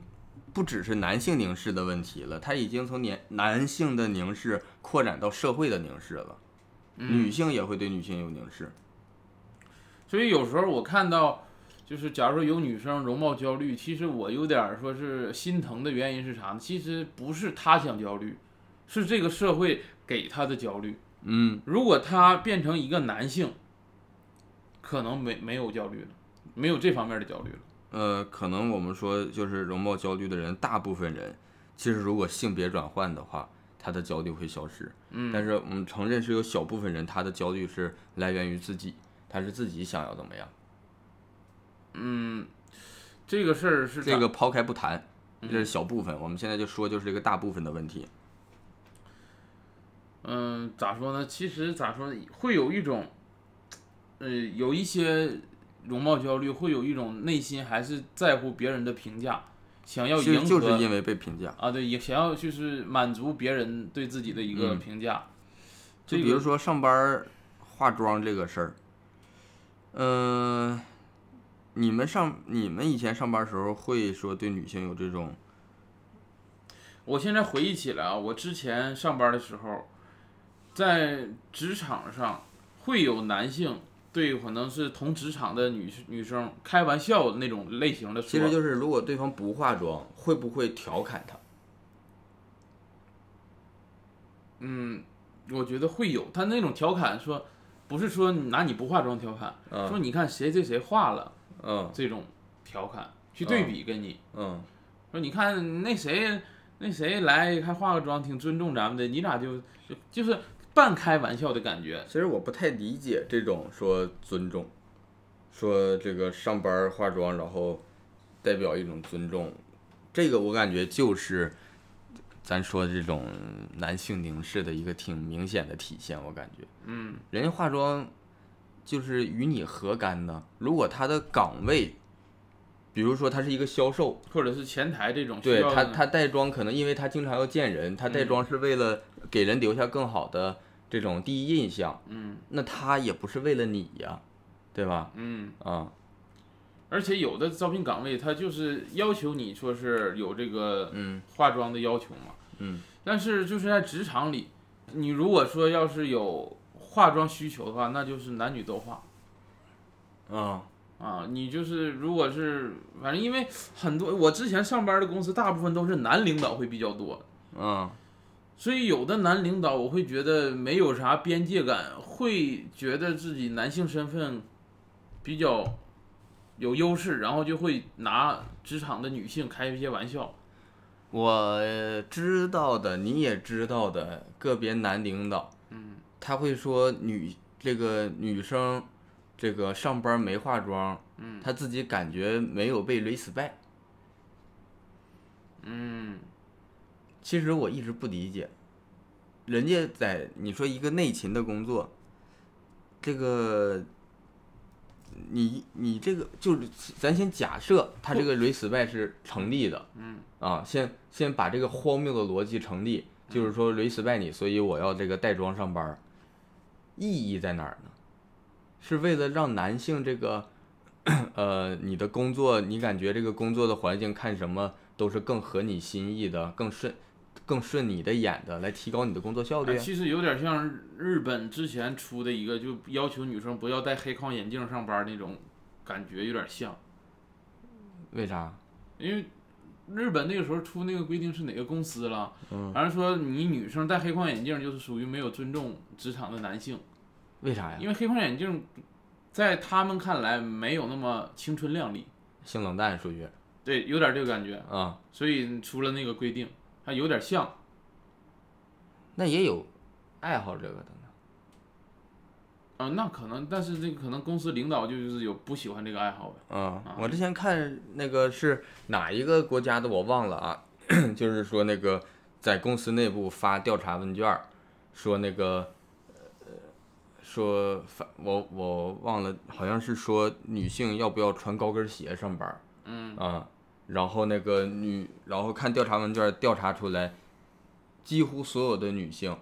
S1: 不只是男性凝视的问题了，它已经从年男性的凝视扩展到社会的凝视了。
S2: 嗯
S1: 女性也会对女性有凝视。
S2: 所以有时候我看到，就是假如说有女生容貌焦虑，其实我有点儿说是心疼的原因是啥呢？其实不是她想焦虑，是这个社会给她的焦虑。
S1: 嗯，
S2: 如果她变成一个男性，可能没没有焦虑了，没有这方面的焦虑了。
S1: 呃，可能我们说就是容貌焦虑的人，大部分人其实如果性别转换的话，他的焦虑会消失。
S2: 嗯，
S1: 但是我们承认是有小部分人，他的焦虑是来源于自己，他是自己想要怎么样。
S2: 嗯，这个事儿是
S1: 这
S2: 咋
S1: 个抛开不谈，这是小部分。我们现在就说就是这个大部分的问题。
S2: 嗯，咋说呢？其实咋说呢，会有一种，呃，有一些容貌焦虑，会有一种内心还是在乎别人的评价，想要
S1: 其
S2: 迎
S1: 实
S2: 合
S1: 就是因为被评价。
S2: 啊，对，也想要就是满足别人对自己的一个
S1: 嗯
S2: 评价。
S1: 就
S2: 这
S1: 比如
S2: 个
S1: 说上班儿化妆这个事儿，嗯、你们上你们以前上班儿时候会说对女性有这种
S2: 我现在回忆起来啊，我之前上班的时候，在职场上会有男性对可能是同职场的女女生开玩笑的那种类型的说，
S1: 其实就是，如果对方不化妆，会不会调侃他？
S2: 嗯，我觉得会有，他那种调侃说，不是说拿你不化妆调侃，
S1: 嗯
S2: 说你看谁谁谁化了
S1: 嗯
S2: 这种调侃，去对比跟你、
S1: 嗯，
S2: 说，你看那谁那谁来还化个妆，挺尊重咱们的，你咋就就就是半开玩笑的感觉？
S1: 其实我不太理解这种说尊重，说这个上班儿化妆，然后代表一种尊重，这个我感觉就是咱说这种男性凝视的一个挺明显的体现，我感觉。
S2: 嗯，
S1: 人家化妆就是与你何干呢？如果他的岗位，比如说他是一个销售，
S2: 或者是前台这种需
S1: 对
S2: 要
S1: 他
S2: 的嗯
S1: 他带妆可能因为他经常要见人，他带妆是为了给人留下更好的这种第一印象，
S2: 嗯
S1: 那他也不是为了你呀、对吧？
S2: 嗯，
S1: 啊、
S2: 而且有的招聘岗位他就是要求你说是有这个
S1: 嗯，
S2: 化妆的要求嘛。
S1: 嗯，
S2: 但是就是在职场里，你如果说要是有化妆需求的话，那就是男女都化
S1: 啊、
S2: 啊。你就是如果是反正因为很多我之前上班的公司大部分都是男领导会比较多，
S1: 嗯，
S2: 所以有的男领导我会觉得没有啥边界感，会觉得自己男性身份比较有优势，然后就会拿职场的女性开一些玩笑。
S1: 我知道的，你也知道的，个别男领导，
S2: 嗯
S1: 他会说女这个女生，这个上班没化妆，
S2: 嗯
S1: 他自己感觉没有被 respect。
S2: 嗯
S1: 其实我一直不理解，人家在你说一个内勤的工作，这个你你这个就是咱先假设他这个 respect 是成立的，
S2: 嗯
S1: 啊，先先把这个荒谬的逻辑成立，就是说 respect 你，所以我要这个带妆上班儿，意义在哪儿呢？是为了让男性这个，呃，你的工作，你感觉这个工作的环境看什么都是更合你心意的，更顺，更顺你的眼的，来提高你的工作效率
S2: 哎
S1: 啊。
S2: 其实有点像日日本之前出的一个，就要求女生不要戴黑框眼镜上班那种感觉，有点像。
S1: 为啥？
S2: 因为日本那个时候出那个规定是哪个公司了，反正说你女生戴黑框眼镜就是属于没有尊重职场的男性，
S1: 为啥呀？
S2: 因为黑框眼镜在他们看来没有那么青春靓丽，
S1: 性冷淡属于
S2: 对，有点这个感觉，
S1: 啊，
S2: 所以出了那个规定，还有点像，
S1: 那也有爱好这个的呢。
S2: 啊、那可能，但是这个可能公司领导就是有不喜欢这个爱好呗，
S1: 嗯
S2: 啊，
S1: 我之前看那个是哪一个国家的，我忘了啊， 就是说那个在公司内部发调查问卷儿，说那个呃，说发我我忘了，好像是说女性要不要穿高跟鞋上班儿
S2: 嗯
S1: 啊，然后那个女，然后看调查问卷儿调查出来，几乎所有的女性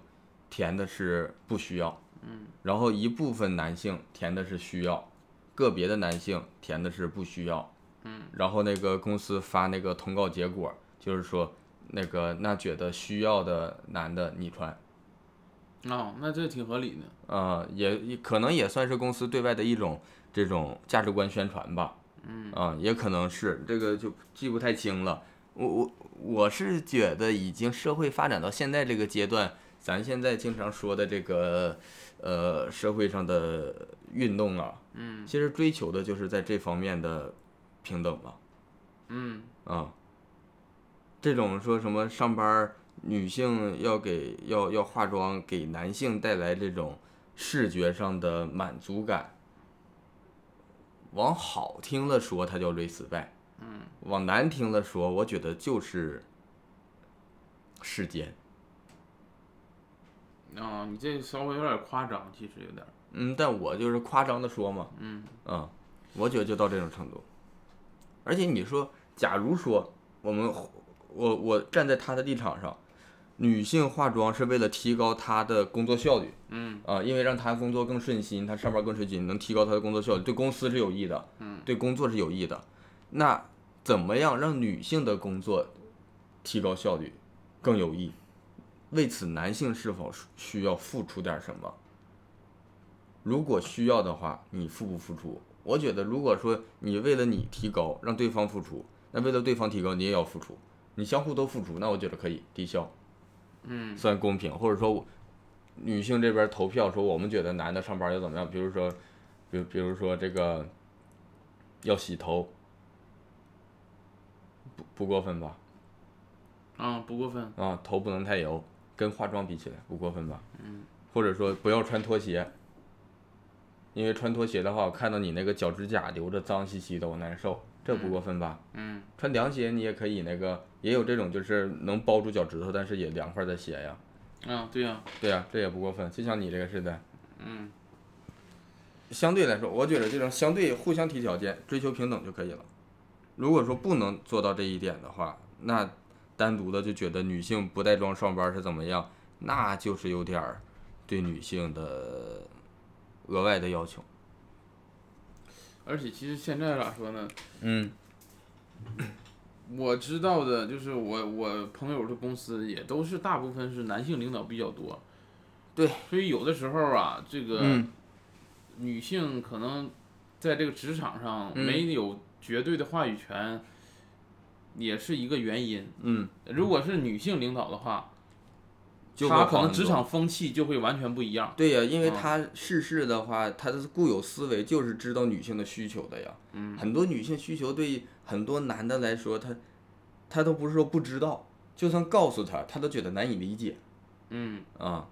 S1: 填的是不需要，
S2: 嗯
S1: 然后一部分男性填的是需要，个别的男性填的是不需要。
S2: 嗯，
S1: 然后那个公司发那个通告结果，就是说那个那觉得需要的男的你穿，
S2: 哦，那这挺合理的，
S1: 呃，也也可能也算是公司对外的一种这种价值观宣传吧。
S2: 嗯
S1: 啊、也可能是这个就记不太清了。我我我是觉得，已经社会发展到现在这个阶段，咱现在经常说的这个呃社会上的运动啊，
S2: 嗯
S1: 其实追求的就是在这方面的平等吧。
S2: 嗯
S1: 啊，这种说什么上班儿女性要给要要化妆，给男性带来这种视觉上的满足感。往好听了说，它叫 respect；
S2: 嗯
S1: 往难听了说，我觉得就是世间。
S2: 啊、你这稍微有点夸张，其实有点，
S1: 嗯，但我就是夸张的说嘛，
S2: 嗯
S1: 嗯，我觉得就到这种程度。而且你说，假如说我们，我我站在他的立场上，女性化妆是为了提高她的工作效率
S2: 嗯
S1: 啊、因为让她工作更顺心，她上班更顺心，能提高她的工作效率，对公司是有益的，
S2: 嗯
S1: 对工作是有益的。那怎么样让女性的工作提高效率更有益？为此，男性是否需要付出点什么？如果需要的话，你付不付出？我觉得，如果说你为了你提高，让对方付出，那为了对方提高，你也要付出，你相互都付出，那我觉得可以低效，
S2: 嗯
S1: 算公平，或者说我女性这边投票说，我们觉得男的上班要怎么样？比如说，比如比如说这个要洗头，不不过分吧？
S2: 啊、不过分，
S1: 啊，头不能太油，跟化妆比起来不过分吧？嗯。或者说不要穿拖鞋，因为穿拖鞋的话，我看到你那个脚趾甲留着脏兮兮的，我难受，这不过分吧？
S2: 嗯。
S1: 穿凉鞋你也可以那个，也有这种就是能包住脚趾头，但是也凉快的鞋呀。
S2: 啊，对呀、
S1: 对呀、这也不过分，就像你这个似的。
S2: 嗯
S1: 相对来说，我觉得这种相对互相提条件，追求平等就可以了。如果说不能做到这一点的话，那单独的就觉得女性不带妆上班是怎么样，那就是有点儿对女性的额外的要求。，
S2: 而且其实现在咋说呢？
S1: 嗯
S2: 我知道的就是我我朋友的公司也都是大部分是男性领导比较多，
S1: 对，
S2: 所以有的时候啊，这个
S1: 嗯
S2: 女性可能在这个职场上
S1: 嗯
S2: 没有绝对的话语权，也是一个原因。
S1: 嗯，
S2: 如果是女性领导的话，
S1: 就
S2: 她
S1: 会
S2: 可
S1: 好
S2: 能
S1: 很
S2: 职
S1: 多
S2: 场风气就会完全不一样。
S1: 对呀、因为
S2: 嗯
S1: 他世事的话，他的固有思维就是知道女性的需求的呀。
S2: 嗯
S1: 很多女性需求对很多男的来说，他他都不是说不知道，就算告诉他，他都觉得难以理解
S2: 嗯
S1: 啊。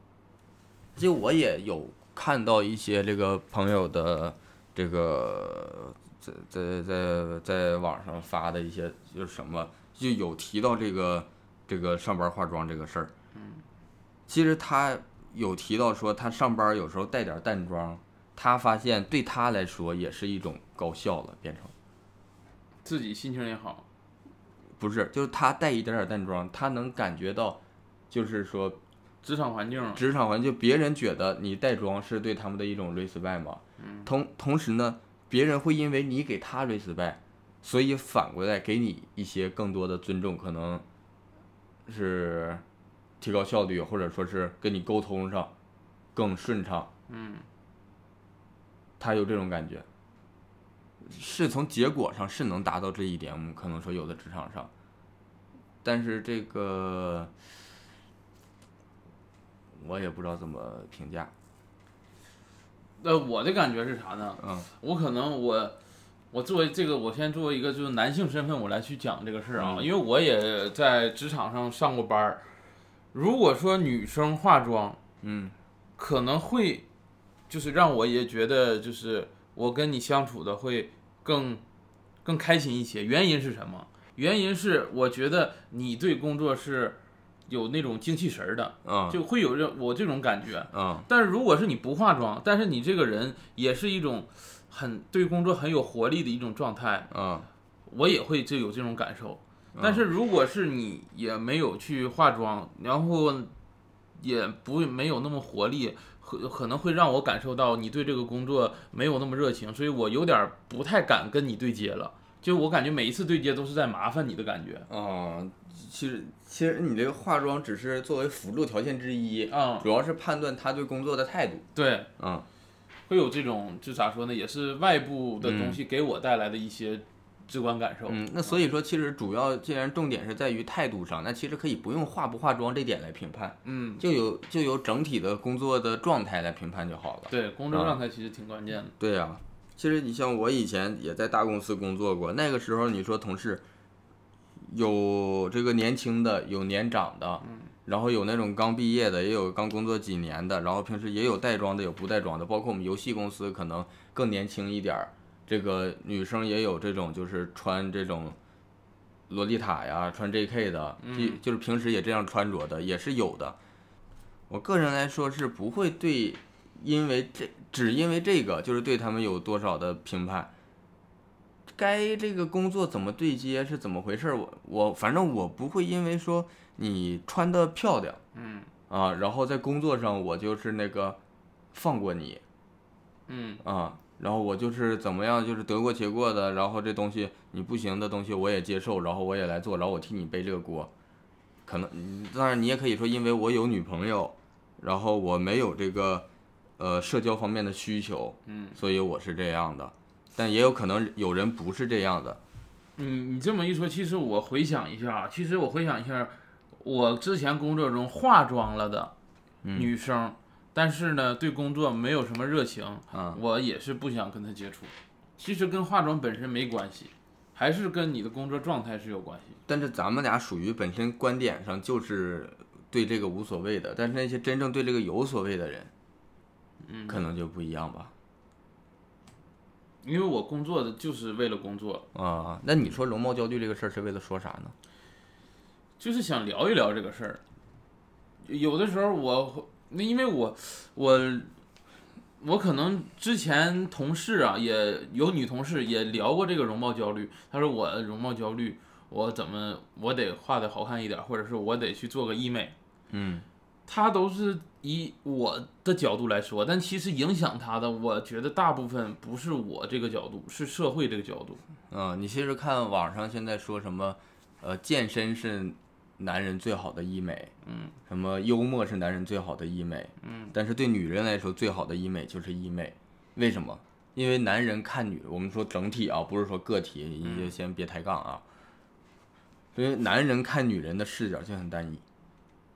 S1: 这我也有看到一些这个朋友的这个在在在在网上发的一些就是什么，就有提到这个这个上班化妆这个事儿。嗯，其实他有提到说他上班有时候带点淡妆，他发现对他来说也是一种高效了，变成。
S2: 自己心情也好，
S1: 不是，就是他带一点点淡妆，他能感觉到，就是说
S2: 职场环境
S1: 职场环境，就别人觉得你带妆是对他们的一种 respect 嘛。同同时呢，别人会因为你给他 respect，所以反过来给你一些更多的尊重，可能是提高效率，或者说是跟你沟通上更顺畅。
S2: 嗯，
S1: 他有这种感觉，是从结果上是能达到这一点，我们可能说有的职场上，但是这个我也不知道怎么评价，
S2: 呃，我的感觉是啥呢？
S1: 嗯
S2: 我可能我我作为这个，我先作为一个就是男性身份，我来去讲这个事儿啊，
S1: 嗯
S2: 因为我也在职场上上过班儿。如果说女生化妆，
S1: 嗯
S2: 可能会就是让我也觉得就是我跟你相处的会更更开心一些。原因是什么？原因是我觉得你对工作是有那种精气神儿的，
S1: 嗯
S2: 就会有这我这种感觉。
S1: 嗯
S2: 但是如果是你不化妆，但是你这个人也是一种很对工作很有活力的一种状态，
S1: 嗯，
S2: 我也会就有这种感受。但是如果是你也没有去化妆，然后也不没有那么活力，可可能会让我感受到你对这个工作没有那么热情，所以我有点儿不太敢跟你对接了。就我感觉每一次对接都是在麻烦你的感觉。
S1: 嗯，其实其实你这个化妆只是作为辅助条件之一，啊
S2: 嗯，
S1: 主要是判断他对工作的态度，
S2: 对，
S1: 嗯
S2: 会有这种，就咋说呢，也是外部的东西给我带来的一些直观感受。
S1: 嗯嗯，那所以说其实主要既然重点是在于态度上，那其实可以不用化不化妆这点来评判。
S2: 嗯，
S1: 就由就由整体的工作的状态来评判就好了。
S2: 对，工作
S1: 啊
S2: 状态其实挺关键的。
S1: 对呀、其实你像我以前也在大公司工作过，那个时候你说同事有这个年轻的，有年长的，然后有那种刚毕业的，也有刚工作几年的，然后平时也有带妆的，有不带妆的，包括我们游戏公司可能更年轻一点儿，这个女生也有这种就是穿这种。洛丽塔呀，穿 J.K. 的，就
S2: 嗯
S1: 就是平时也这样穿着的，也是有的。我个人来说是不会对因为这只因为这个，就是对他们有多少的评判。该这个工作怎么对接是怎么回事儿？我我反正我不会因为说你穿的漂亮
S2: 嗯
S1: 啊，然后在工作上我就是那个放过你
S2: 嗯
S1: 啊，然后我就是怎么样就是得过且过的，然后这东西你不行的东西我也接受，然后我也来做，然后我替你背这个锅。可能嗯当然你也可以说，因为我有女朋友，然后我没有这个呃社交方面的需求，
S2: 嗯
S1: 所以我是这样的，但也有可能有人不是这样的。
S2: 嗯，你这么一说，其实我回想一下啊，其实我回想一下，我之前工作中化妆了的
S1: 嗯
S2: 女生，但是呢，对工作没有什么热情，
S1: 啊，
S2: 我也是不想跟她接触。其实跟化妆本身没关系，还是跟你的工作状态是有关系。
S1: 但是咱们俩属于本身观点上就是对这个无所谓的，但是那些真正对这个有所谓的人，
S2: 嗯，
S1: 可能就不一样吧。
S2: 因为我工作的就是为了工作，
S1: 啊，那你说容貌焦虑这个事儿是为了说啥呢？
S2: 就是想聊一聊这个事儿。有的时候我会那因为我我我可能之前同事啊也有女同事也聊过这个容貌焦虑，她说我容貌焦虑，我怎么我得画的好看一点，或者是我得去做个医美，
S1: 嗯
S2: 她都是以我的角度来说，但其实影响她的，我觉得大部分不是我这个角度，是社会这个角度。
S1: 嗯，你其实看网上现在说什么，呃，健身是男人最好的医美，
S2: 嗯，
S1: 什么幽默是男人最好的医美，
S2: 嗯，
S1: 但是对女人来说最好的医美就是医美，为什么？因为男人看女，我们说整体啊，不是说个体，
S2: 嗯
S1: 你就先别抬杠啊。因为男人看女人的视角就很单一，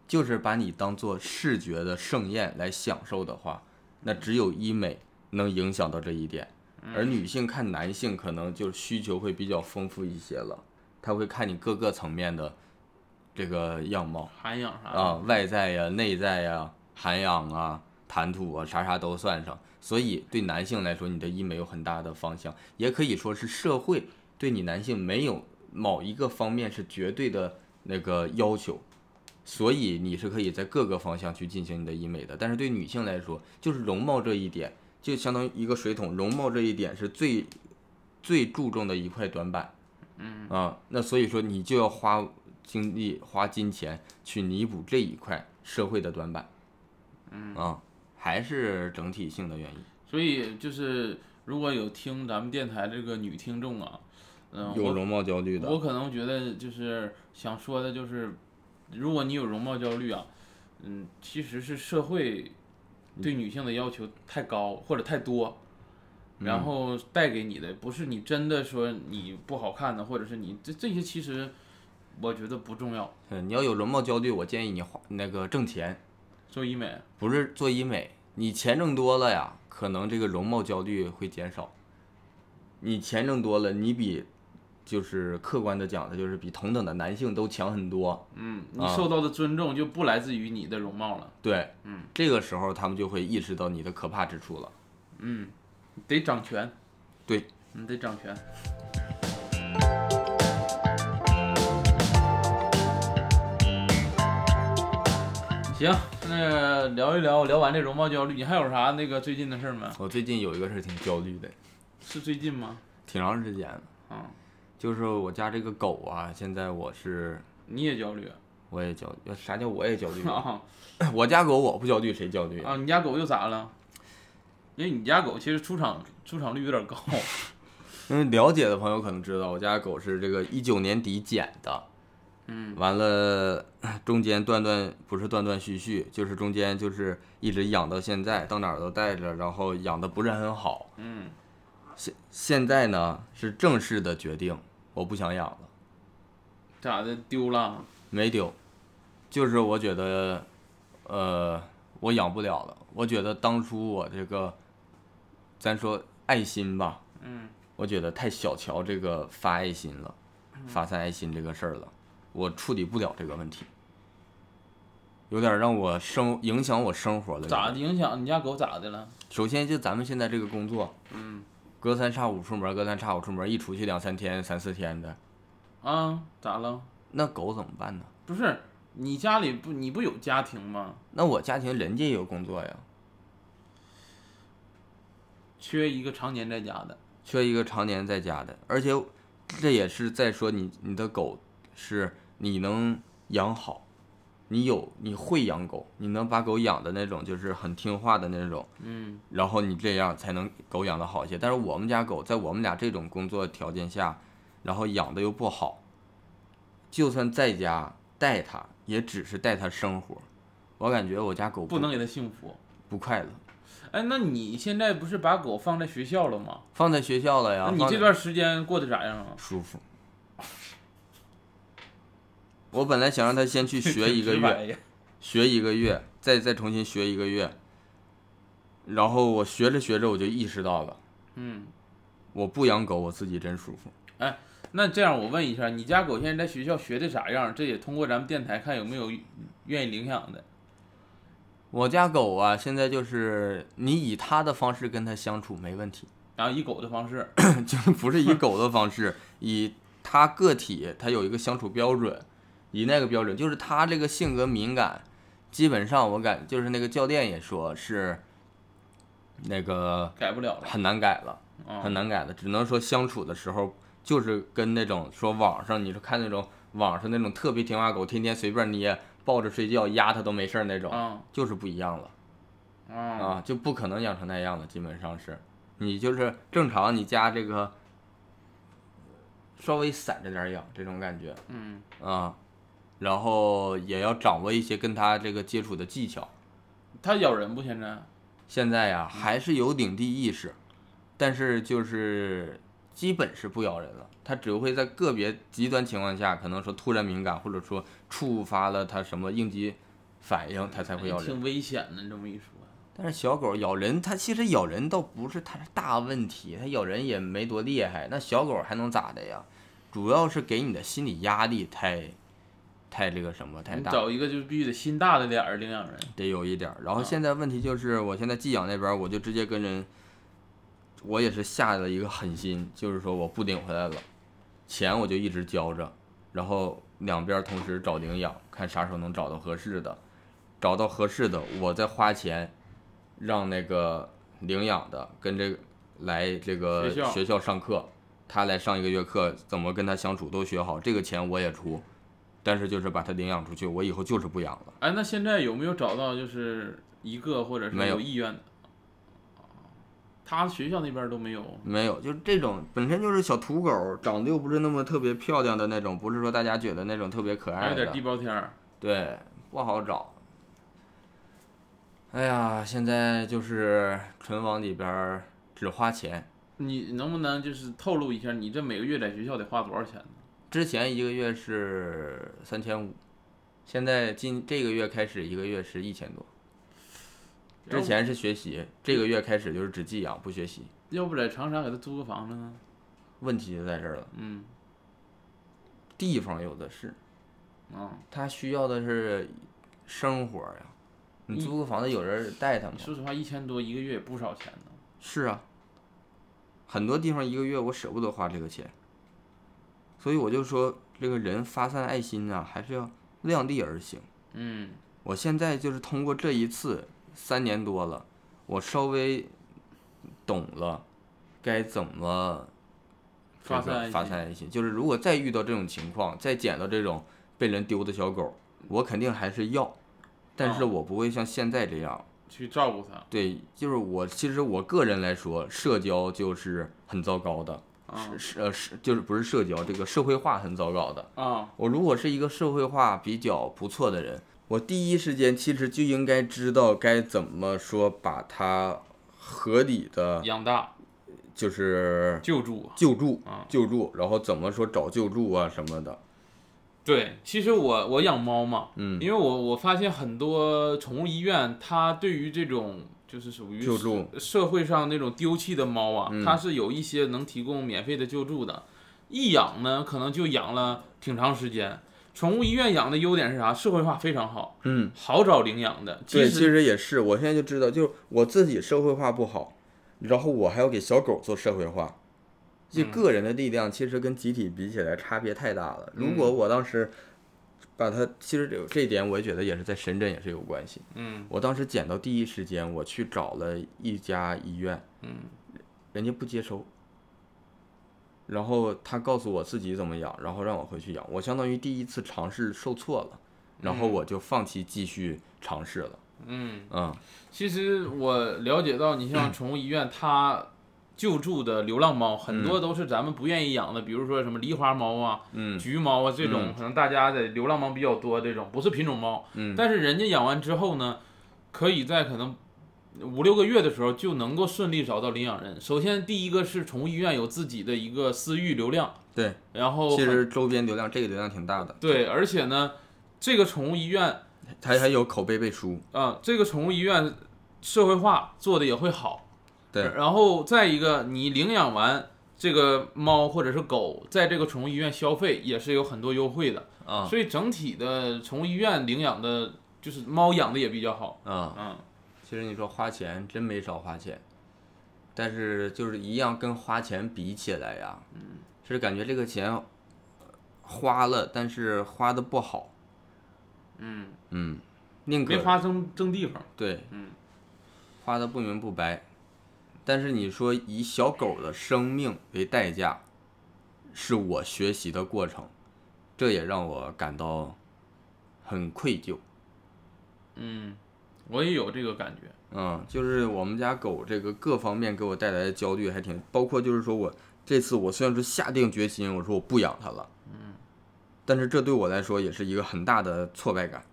S1: 就是把你当做视觉的盛宴来享受的话，那只有医美能影响到这一点。而女性看男性可能就需求会比较丰富一些了，她会看你各个层面的这个样貌
S2: 涵养啥的
S1: 啊，外在呀、内在呀、涵养啊、谈吐啊，啥啥都算上。所以对男性来说，你的医美有很大的方向，也可以说是社会对你男性没有某一个方面是绝对的那个要求，所以你是可以在各个方向去进行你的医美的。但是对女性来说，就是容貌这一点，就相当于一个水桶，容貌这一点是最最注重的一块短板。嗯啊，那所以说你就要花精力、花金钱去弥补这一块社会的短板。嗯啊，还是整体性的原因。
S2: 所以就是如果有听咱们电台这个女听众啊，嗯、
S1: 有
S2: 我
S1: 容貌焦虑
S2: 我
S1: 的，
S2: 可能觉得就是想说的就是，如果你有容貌焦虑啊，嗯，其实是社会
S1: 嗯
S2: 对女性的要求太高或者太多，
S1: 嗯
S2: 然后带给你的不是你真的说你不好看的，或者是你这这些其实我觉得不重要，
S1: 嗯，你要有容貌焦虑，我建议你花那个挣钱，
S2: 做医美
S1: 不是做医美。你钱挣多了呀，可能这个容貌焦虑会减少。你钱挣多了，你比就是客观的讲的，就是比同等的男性都强很多。
S2: 嗯，你
S1: 啊
S2: 受到的尊重就不来自于你的容貌了，
S1: 对，
S2: 嗯，
S1: 这个时候他们就会意识到你的可怕之处了。
S2: 嗯，得掌权，
S1: 对，
S2: 你得掌权。行，那聊一聊，聊完这容貌焦虑，你还有啥那个最近的事儿没？
S1: 我最近有一个事儿挺焦虑的，
S2: 是最近吗？
S1: 挺长时间了，
S2: 啊，
S1: 就是我家这个狗啊，现在我是
S2: 你也焦虑
S1: 我也焦，呃啥叫我也焦虑？
S2: 啊？
S1: 我家狗我不焦虑，谁焦虑？
S2: 啊，你家狗又咋了？因为你家狗其实出场出场率有点高，
S1: 因为了解的朋友可能知道，我家狗是这个一九年底捡的，
S2: 嗯，
S1: 完了中间断断不是断断续续，就是中间就是一直养到现在，到哪儿都带着，然后养的不是很好。
S2: 嗯，
S1: 现现在呢是正式的决定，我不想养了，
S2: 咋的丢了？
S1: 没丢，就是我觉得，呃，我养不了了。我觉得当初我这个，咱说爱心吧，
S2: 嗯，
S1: 我觉得太小瞧这个发爱心了，发散爱心这个事儿了，我处理不了这个问题，有点让我生影响我生活了。
S2: 咋的？影响你家狗咋的了？
S1: 首先就咱们现在这个工作，
S2: 嗯，
S1: 隔三差五出门，隔三差五出门，一出去两三天、三四天的，
S2: 啊，咋了？
S1: 那狗怎么办呢？
S2: 不是你家里不你不有家庭吗？
S1: 那我家庭人家也有工作呀，
S2: 缺一个常年在家的，
S1: 缺一个常年在家的，而且这也是在说你你的狗是你能养好，你有你会养狗，你能把狗养的那种就是很听话的那种，
S2: 嗯，
S1: 然后你这样才能狗养的好一些。但是我们家狗在我们俩这种工作条件下，然后养的又不好，就算在家带它，也只是带它生活。我感觉我家狗
S2: 不能给它幸福。
S1: 不快乐，
S2: 哎，那你现在不是把狗放在学校了吗？
S1: 放在学校了
S2: 那
S1: 呀。
S2: 你
S1: 放
S2: 这
S1: 在
S2: 段时间过得咋样啊？
S1: 舒服。我本来想让他先去学一个
S2: 挺直白
S1: 月，
S2: 呀
S1: 学一个月，再再重新学一个月。然后我学着学着，我就意识到了，
S2: 嗯，
S1: 我不养狗，我自己真舒服。
S2: 那这样我问一下，你家狗现在在学校学的咋样？这也通过咱们电台看有没有愿意领养的。
S1: 我家狗啊，现在就是你以它的方式跟它相处没问题，
S2: 然后以狗的方式，
S1: 就是不是以狗的方式，以它个体它有一个相处标准，以那个标准就是它这个性格敏感，基本上我感就是那个教练也说是那个
S2: 改不了了。
S1: 很难改了，
S2: 啊、
S1: 很难改了，只能说相处的时候就是跟那种说网上你说看那种网上那种特别听话狗，天天随便捏抱着睡觉压它都没事儿那种，
S2: 啊
S1: 就是不一样了。
S2: 啊
S1: 啊，就不可能养成那样了，基本上是，你就是正常你家这个稍微散着点儿养这种感觉
S2: 嗯
S1: 啊，然后也要掌握一些跟它这个接触的技巧。
S2: 它咬人不？现在
S1: 现在呀、还是有领地意识，但是就是基本是不咬人了，它只会在个别极端情况下，可能说突然敏感，或者说触发了它什么应激反应，它才会咬人。
S2: 哎挺危险的，你这么一说。
S1: 但是小狗咬人，它其实咬人倒不是它是大问题，它咬人也没多厉害。那小狗还能咋的呀？主要是给你的心理压力太太这个什么太
S2: 你
S1: 大，
S2: 找一个就是必须得心大的点儿领养人，
S1: 得有一点儿。然后
S2: 啊
S1: 现在问题就是，我现在寄养那边儿，我就直接跟人，我也是下了一个狠心，就是说我不领回来了，钱我就一直交着，然后两边儿同时找领养，看啥时候能找到合适的，找到合适的我再花钱，让那个领养的跟这个来这个
S2: 学校
S1: 学校上课，他来上一个月课，怎么跟他相处都学好，这个钱我也出。但是就是把他领养出去，我以后就是不养了。
S2: 哎，那现在有没有找到就是一个或者是
S1: 没有
S2: 有意愿的？他学校那边都没有，
S1: 没有，就是这种本身就是小土狗，长得又不是那么特别漂亮的那种，不是说大家觉得那种特别可
S2: 还
S1: 爱
S2: 有点
S1: 的
S2: 地，包天儿。
S1: 对，不好找。哎呀，现在就是纯往里边儿只花钱，
S2: 你能不能就是透露一下，你这每个月在学校得花多少钱呢？
S1: 之前一个月是三千五，现在今这个月开始一个月是一千多。之前是学习，这个月开始就是只寄养不学习，
S2: 要不在长沙给他租个房子呢？
S1: 问题就在这儿了，
S2: 嗯，
S1: 地方有的是。
S2: 啊，
S1: 他需要的是生活呀。你租个房子有人带他吗
S2: 你？说实话，一千多一个月也不少钱呢。
S1: 是啊，很多地方一个月我舍不得花这个钱，所以我就说这个人发散爱心啊，还是要量力而行。
S2: 嗯，
S1: 我现在就是通过这一次三年多了，我稍微懂了该怎么这
S2: 发
S1: 个
S2: 散
S1: 发
S2: 一些
S1: 散爱心。就是如果再遇到这种情况，再捡到这种被人丢的小狗，我肯定还是要，但是
S2: 哦
S1: 我不会像现在这样。
S2: 去照顾他。
S1: 对，就是我其实我个人来说，社交就是很糟糕的，
S2: 啊
S1: 是是呃是就是不是社交，这个社会化很糟糕的。
S2: 啊，
S1: 我如果是一个社会化比较不错的人，我第一时间其实就应该知道该怎么说把它合理的
S2: 养大
S1: 就是
S2: 救助。
S1: 嗯救助
S2: 啊，
S1: 救助，然后怎么说找救助啊什么的。
S2: 对，其实我我养猫嘛，
S1: 嗯
S2: 因为我我发现很多宠物医院，它对于这种就是属于
S1: 救助
S2: 社社会上那种丢弃的猫啊，
S1: 嗯
S2: 它是有一些能提供免费的救助的。一养呢，可能就养了挺长时间。宠物医院养的优点是啥？社会化非常好，
S1: 嗯，
S2: 好找领养的。即
S1: 对，
S2: 使
S1: 其实也是，我现在就知道，就是我自己社会化不好，然后我还要给小狗做社会化，就
S2: 嗯
S1: 个人的力量其实跟集体比起来差别太大了。如果我当时把它，其实有这一点，我也觉得也是在深圳也是有关系。
S2: 嗯
S1: 我当时捡到第一时间，我去找了一家医院，
S2: 嗯
S1: 人家不接收。然后他告诉我自己怎么养，然后让我回去养。我相当于第一次尝试受挫了，然后
S2: 嗯
S1: 我就放弃继续尝试了。
S2: 嗯，
S1: 嗯，
S2: 其实我了解到，你像宠物医院，它救助的流浪猫很多都是咱们不愿意养的，比如说什么狸花猫啊、
S1: 嗯
S2: 橘猫啊这种
S1: 嗯，
S2: 可能大家的流浪猫比较多，这种不是品种猫。
S1: 嗯，
S2: 但是人家养完之后呢，可以在可能五六个月的时候就能够顺利找到领养人。首先，第一个是宠物医院有自己的一个私域流量，
S1: 对，
S2: 然后
S1: 其
S2: 很
S1: 实周边流量这个流量挺大的，
S2: 对，而且呢，这个宠物医院啊、
S1: 它还有口碑背书，
S2: 这个宠物医院社会化做的也会好。
S1: 对，
S2: 然后再一个，你领养完这个猫或者是狗，在这个宠物医院消费也是有很多优惠的，
S1: 啊
S2: 所以整体的宠物医院领养的，就是猫养的也比较好。
S1: 啊，
S2: 嗯，
S1: 其实你说花钱真没少花钱，但是就是一样跟花钱比起来呀，嗯，是感觉这个钱呃花了，但是花的不好，
S2: 嗯，
S1: 嗯，宁可
S2: 没花争争地方。
S1: 对，
S2: 嗯，
S1: 花的不明不白，但是你说以小狗的生命为代价，是我学习的过程，这也让我感到很愧疚。
S2: 嗯，我也有这个感觉。
S1: 嗯，就是我们家狗这个各方面给我带来的焦虑还挺，包括就是说我这次我虽然是下定决心，我说我不养它了，嗯，但是这对我来说也是一个很大的挫败感。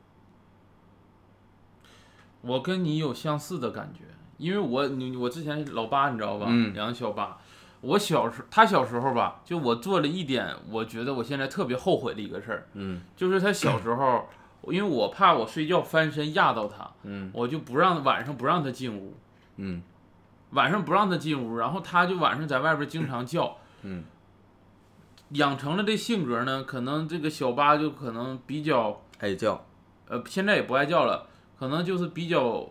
S2: 我跟你有相似的感觉，因为我你我之前老八你知道吧，
S1: 嗯
S2: 养的小八，我小时他小时候吧，就我做了一点，我觉得我现在特别后悔的一个事儿，
S1: 嗯
S2: 就是他小时 候，因为我怕我睡觉翻身压到他，
S1: 嗯
S2: 我就不让晚上不让他进屋，
S1: 嗯
S2: 晚上不让他进屋，然后他就晚上在外边经常叫，
S1: 嗯，
S2: 养成了这性格呢，可能这个小八就可能比较
S1: 爱哎叫，
S2: 呃，现在也不爱叫了，可能就是比较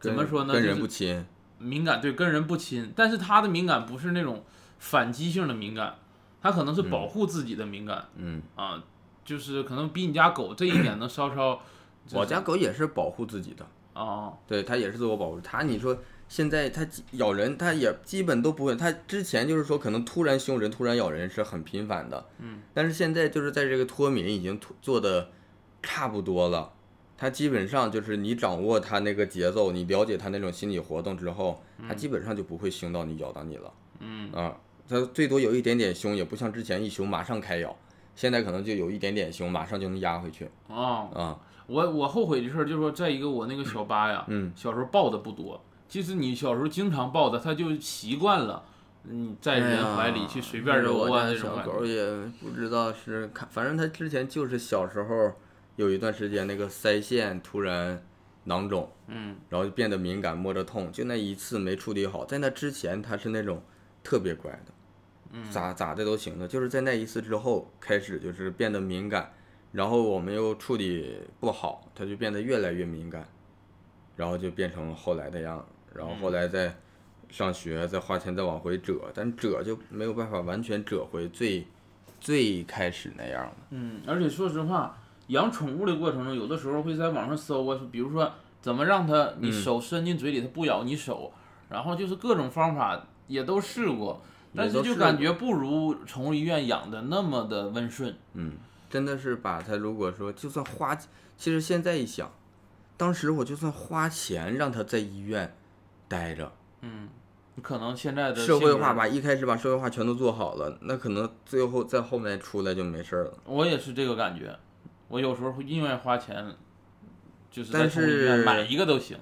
S2: 怎
S1: 跟
S2: 么说呢，
S1: 跟
S2: 就
S1: 人
S2: 是
S1: 不亲，
S2: 敏感，对，跟人不亲。但是他的敏感不是那种反击性的敏感，他可能是保护自己的敏感、
S1: 嗯，
S2: 啊，就是可能比你家狗这一点能稍稍就是。
S1: 我家狗也是保护自己的，
S2: 哦，
S1: 对它也是自我保护。它你说现在它咬人，它也基本都不会。它之前就是说可能突然凶人、突然咬人是很频繁的，
S2: 嗯，
S1: 但是现在就是在这个脱敏已经脱做的差不多了。它基本上就是你掌握它那个节奏，你了解它那种心理活动之后，它基本上就不会凶到你、咬到你了。
S2: 嗯
S1: 啊，它最多有一点点凶，也不像之前一凶马上开咬，现在可能就有一点点凶，马上就能压回去
S2: 哦，
S1: 啊。
S2: 我我后悔的事儿就是说，再一个我那个小八呀，
S1: 嗯，
S2: 小时候抱的不多，其实你小时候经常抱的，它就习惯了你在
S1: 哎
S2: 人怀里去随便揉
S1: 我
S2: 啊
S1: 家
S2: 那种
S1: 小
S2: 感
S1: 狗
S2: 觉。
S1: 也不知道是看，反正它之前就是小时候有一段时间那个腮腺突然囊肿，
S2: 嗯，
S1: 然后就变得敏感，摸着痛，就那一次没处理好。在那之前，它是那种特别乖的，
S2: 嗯
S1: 咋咋的都行的。就是在那一次之后，开始就是变得敏感，然后我们又处理不好，它就变得越来越敏感，然后就变成后来的样儿。然后
S2: 嗯
S1: 后来再上学，再花钱再往回折，但折就没有办法完全折回最最开始那样了。
S2: 嗯，而且说实话，养宠物的过程中，有的时候会在网上搜啊，比如说怎么让它你
S1: 嗯
S2: 手伸进嘴里它不咬你手，然后就是各种方法也都试过，但
S1: 也
S2: 是
S1: 都
S2: 就
S1: 试
S2: 感
S1: 过
S2: 觉不如宠物医院养的那么的温顺。
S1: 嗯，真的是把它，如果说就算花，其实现在一想，当时我就算花钱让他在医院待着，
S2: 嗯，可能现在的
S1: 社会化
S2: 吧，
S1: 把一开始把社会化全都做好了，那可能最后在后面出来就没事儿了。
S2: 我也是这个感觉。我有时候会宁愿花钱，就是在
S1: 但
S2: 宠物医院
S1: 是
S2: 买一个都行。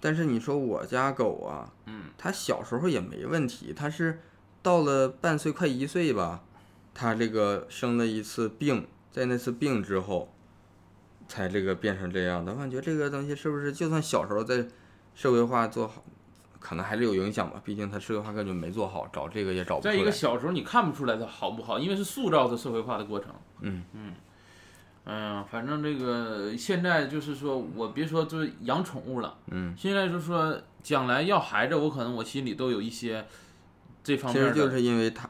S1: 但是你说我家狗啊，
S2: 嗯，
S1: 它小时候也没问题，它是到了半岁快一岁吧，它这个生了一次病，在那次病之后，才这个变成这样的。我感觉这个东西是不是就算小时候在社会化做好，可能还是有影响吧，毕竟它社会化根本就没做好，找这个也找不出
S2: 再一个，
S1: 来。
S2: 小时候你看不出来它好不好，因为是塑造它社会化的过程。
S1: 嗯
S2: 嗯、反正这个现在就是说我别说就是养宠物了，
S1: 嗯，
S2: 现在就是说将来要孩子，我可能我心里都有一些这方
S1: 其
S2: 面
S1: 实
S2: 的。
S1: 就是因为它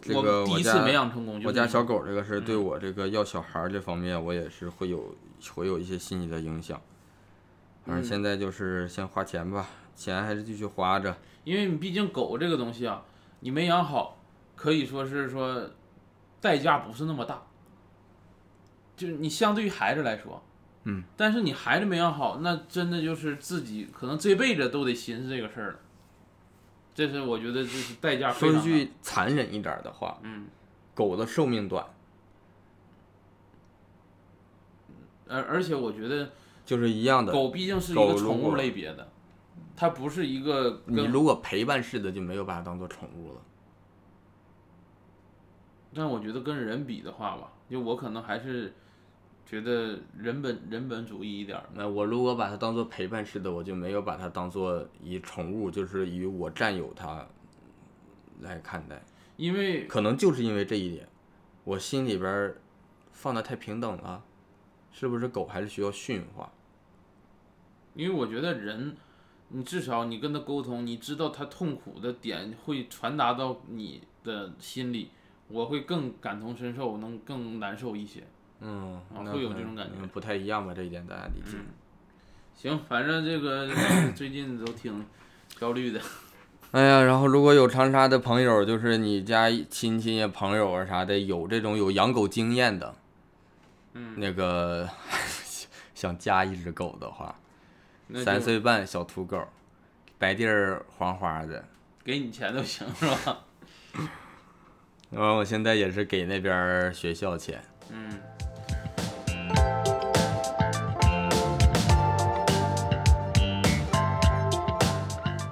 S1: 这个
S2: 我第
S1: 我
S2: 一次
S1: 家
S2: 没养成功，就是嗯
S1: 我家
S2: 那
S1: 小
S2: 种
S1: 狗这个事儿对我这个要小孩儿这方面，我也是会有会有一些心理的影响。反正
S2: 嗯
S1: 现在就是先花钱吧，钱还是继续花着。
S2: 因为你毕竟狗这个东西啊，你没养好，可以说是说代价不是那么大，就是你相对于孩子来说，
S1: 嗯，
S2: 但是你孩子没养好，那真的就是自己可能这辈子都得寻思这个事儿了。这是我觉得就是代价啊非
S1: 说
S2: 常
S1: 一
S2: 大。
S1: 句残忍一点儿的话，
S2: 嗯，
S1: 狗的寿命短，
S2: 而而且我觉得
S1: 就是一样的。
S2: 狗毕竟是一
S1: 狗
S2: 个
S1: 如
S2: 宠物
S1: 果
S2: 类别的，它不是一个
S1: 你
S2: 跟，
S1: 如果陪伴式的，就没有把它当做宠物了。
S2: 但我觉得跟人比的话吧，就我可能还是觉得人本人本主义一点儿。
S1: 那我如果把它当做陪伴式的，我就没有把它当做以宠物，就是以我占有它来看待。
S2: 因为
S1: 可能就是因为这一点，我心里边儿放的太平等了，是不是狗还是需要驯化？
S2: 因为我觉得人，你至少你跟他沟通，你知道他痛苦的点会传达到你的心里，我会更感同身受，能更难受一些。
S1: 嗯，
S2: 啊
S1: 那
S2: 会有
S1: 可
S2: 这
S1: 能
S2: 种感觉嗯
S1: 嗯不太一样吧？这一点大家理解。
S2: 行，反正这个 这个最近都挺焦虑的。
S1: 哎呀，然后如果有长沙的朋友，就是你家亲戚呀、朋友啊啥的，有这种有养狗经验的，
S2: 嗯，
S1: 那个 想加一只狗的话，
S2: 那就
S1: 三岁半小土狗，白地儿黄花的。
S2: 给你钱就行，是吧？
S1: 然后我现在也是给那边儿学校钱。
S2: 嗯。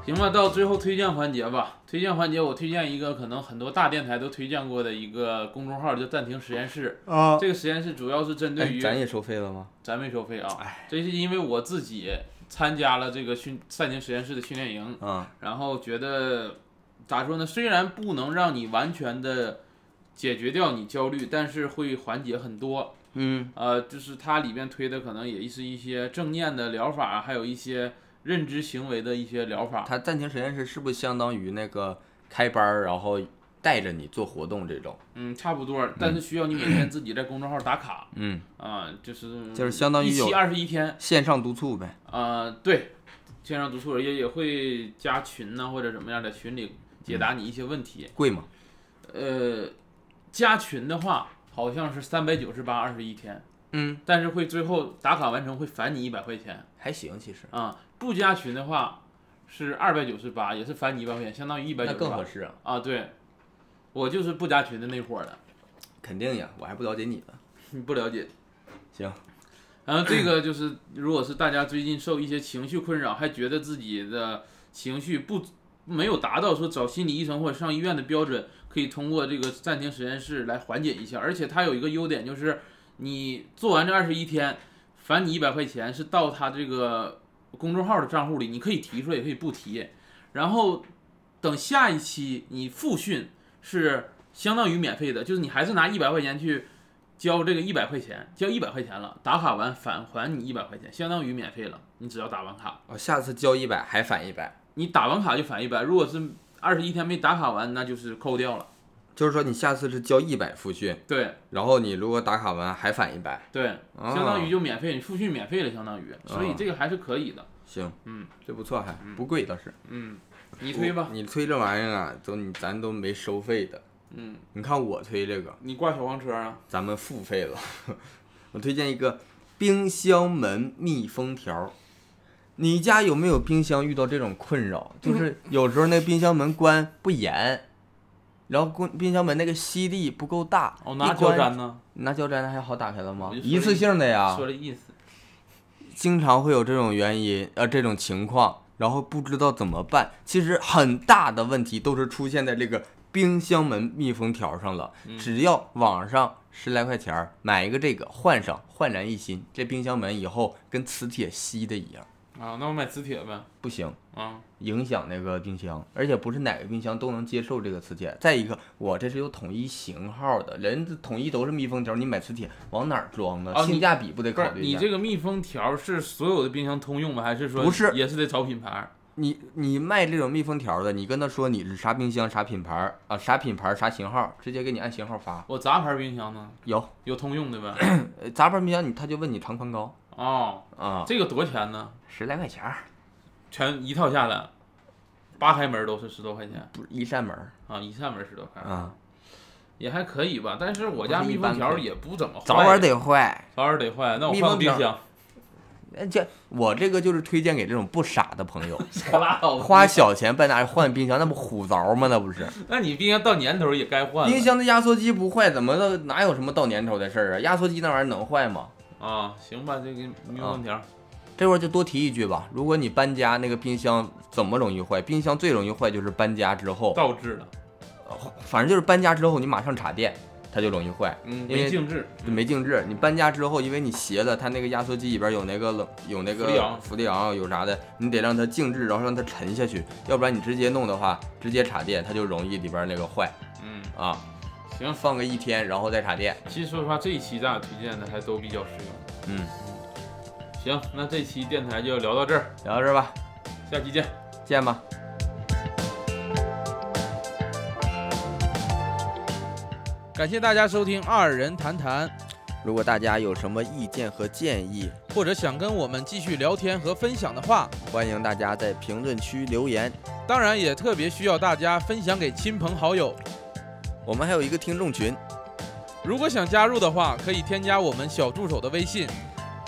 S2: 行吧，到最后推荐环节吧。推荐环节，我推荐一个可能很多大电台都推荐过的一个公众号，叫“暂停实验室”。
S1: 啊，
S2: 这个实验室主要是针对
S1: 哎，
S2: 于
S1: 咱也哎收费了吗？
S2: 咱没收费啊，这是因为我自己参加了这个训暂停实验室的训练营，
S1: 啊、
S2: 然后觉得咋说呢？虽然不能让你完全的解决掉你焦虑，但是会缓解很多。
S1: 嗯
S2: 呃，就是它里面推的可能也是一些正念的疗法，还有一些认知行为的一些疗法。
S1: 它暂停实验室是不是相当于那个开班儿，然后带着你做活动这种？
S2: 嗯，差不多，但是需要你每天自己在公众号打卡
S1: 嗯，
S2: 啊、就是
S1: 就是相当于
S2: 一
S1: 有
S2: 期二十一天。
S1: 线上督促呗。
S2: 呃，对，线上读书人也也会加群呐、或者怎么样，在群里解
S1: 嗯
S2: 答你一些问题。
S1: 贵吗？
S2: 呃，加群的话好像是三百九十八二十一天，
S1: 嗯，
S2: 但是会最后打卡完成会返你一百块钱啊、
S1: 还行，其实
S2: 不加群的话是二百九十八，也是返你一百块钱，相当于一百
S1: 那
S2: 九十
S1: 更合
S2: 八
S1: 适啊，
S2: 啊。对，我就是不加群的那伙儿的，
S1: 肯定呀，我还不了解你呢。
S2: 你不了解。
S1: 行，
S2: 然后这个就是，如果是大家最近受一些情绪困扰，还觉得自己的情绪不没有达到说找心理医生或者上医院的标准，可以通过这个暂停实验室来缓解一下。而且它有一个优点就是，你做完这二十一天，返你一百块钱是到他这个公众号的账户里，你可以提出来，也可以不提。然后等下一期你复训是相当于免费的，就是你还是拿一百块钱去交这个一百块钱，交一百块钱了，打卡完返还你一百块钱，相当于免费了。你只要打完卡，
S1: 我下次交一百还返一百，
S2: 你打完卡就返一百。如果是二十一天没打卡完，那就是扣掉了。
S1: 就是说你下次是交一百复训，
S2: 对
S1: 然后你如果打卡完还返一百。
S2: 对，
S1: 啊
S2: 相当于就免费，你复训免费了，相当于，所以这个还是可以的。
S1: 行，
S2: 嗯
S1: 这不错还，不贵倒是。
S2: 嗯，你推吧
S1: 我，你推这玩意儿啊，都你咱都没收费的。
S2: 嗯，
S1: 你看我推这个，
S2: 你挂小黄车啊，
S1: 咱们付费了。 我推荐一个冰箱门密封条。你家有没有冰箱遇到这种困扰？就是有时候那冰箱门关不严，然后关冰箱门那个吸力不够大。
S2: 哦，拿
S1: 一
S2: 胶
S1: 关
S2: 粘呢，
S1: 拿胶粘的还好打开了吗
S2: 我？就说
S1: 一次性的呀。
S2: 说这意思。
S1: 经常会有这种原因，呃，这种情况，然后不知道怎么办。其实很大的问题都是出现在这个冰箱门密封条上了。
S2: 嗯
S1: 只要网上十来块钱儿买一个这个换上，焕然一新。这冰箱门以后跟磁铁吸的一样，
S2: 啊，那我买磁铁呗。
S1: 不行，
S2: 啊，
S1: 影响那个冰箱，而且不是哪个冰箱都能接受这个磁铁。再一个，我这是有统一型号的，人统一都是密封条，你买磁铁往哪儿装呢？
S2: 哦你
S1: 性价比不得
S2: 不
S1: 考
S2: 是
S1: 虑一
S2: 你
S1: 下？
S2: 这个密封条是所有的冰箱通用吗？还是说
S1: 不是
S2: 也是得找品牌？
S1: 你你卖这种密封条的，你跟他说你是啥冰箱、啥品牌儿啊、啥品牌儿、啥型号儿，直接给你按型号发。
S2: 我杂牌冰箱呢？
S1: 有
S2: 有通用的呗？
S1: 呃杂牌冰箱，你他就问你长宽高
S2: 哦，
S1: 啊，
S2: 这个多少钱呢？
S1: 十来块钱儿，
S2: 全一套下来，八开门都是十多块钱
S1: 不是一扇门儿
S2: 啊，一扇门十多块，
S1: 啊，
S2: 也还可以吧。但是我家
S1: 不是
S2: 密
S1: 一
S2: 封
S1: 般
S2: 条
S1: 可以
S2: 也不怎么坏，
S1: 早晚得坏。
S2: 早晚得坏。那我
S1: 密
S2: 换个
S1: 封
S2: 冰
S1: 条
S2: 箱，
S1: 那这我这个就是推荐给这种不傻的朋友，
S2: 拉倒吧。
S1: 花小钱办那换冰箱，那不虎凿吗？那不是。
S2: 那你冰箱到年头也该换了
S1: 冰箱的压缩机不坏，怎么的？哪有什么到年头的事儿啊？压缩机那玩意儿能坏吗？
S2: 啊？行吧，这个密
S1: 啊
S2: 封条，
S1: 这块儿就多提一句吧，如果你搬家，那个冰箱怎么容易坏？冰箱最容易坏就是搬家之后，
S2: 倒置了，
S1: 反正就是搬家之后你马上插电，它就容易坏，
S2: 嗯，
S1: 因
S2: 没
S1: 为
S2: 静置，
S1: 没静置。你搬家之后，因为你斜了，它那个压缩机里边有那个冷有那个
S2: 氟利昂
S1: 氟利昂有啥的，你得让它静置，然后让它沉下去，要不然你直接弄的话，直接插电它就容易里边那个坏
S2: 嗯，
S1: 啊。
S2: 行。
S1: 放个一天，然后再插电。
S2: 其实说实话，这一期咱俩推荐的还都比较实用。
S1: 嗯，
S2: 行，那这期电台就聊到这儿，
S1: 聊到这儿吧，
S2: 下期见。
S1: 见吧。
S2: 感谢大家收听《二人谈谈》，
S1: 如果大家有什么意见和建议，
S2: 或者想跟我们继续聊天和分享的话，
S1: 欢迎大家在评论区留言。
S2: 当然也特别需要大家分享给亲朋好友。
S1: 我们还有一个听众群，
S2: 如果想加入的话，可以添加我们小助手的微信，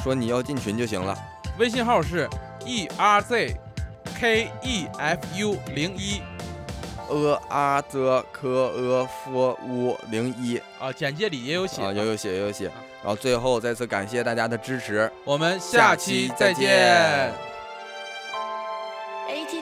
S1: 说你要进群就行了。
S2: 微信号是 e r z k e f u 零一
S1: 呃啊则科呃夫乌零一
S2: 啊，简介里也有写。
S1: 啊，有有写有有写。然后最后再次感谢大家的支持，
S2: 我们下期再见。
S3: ATV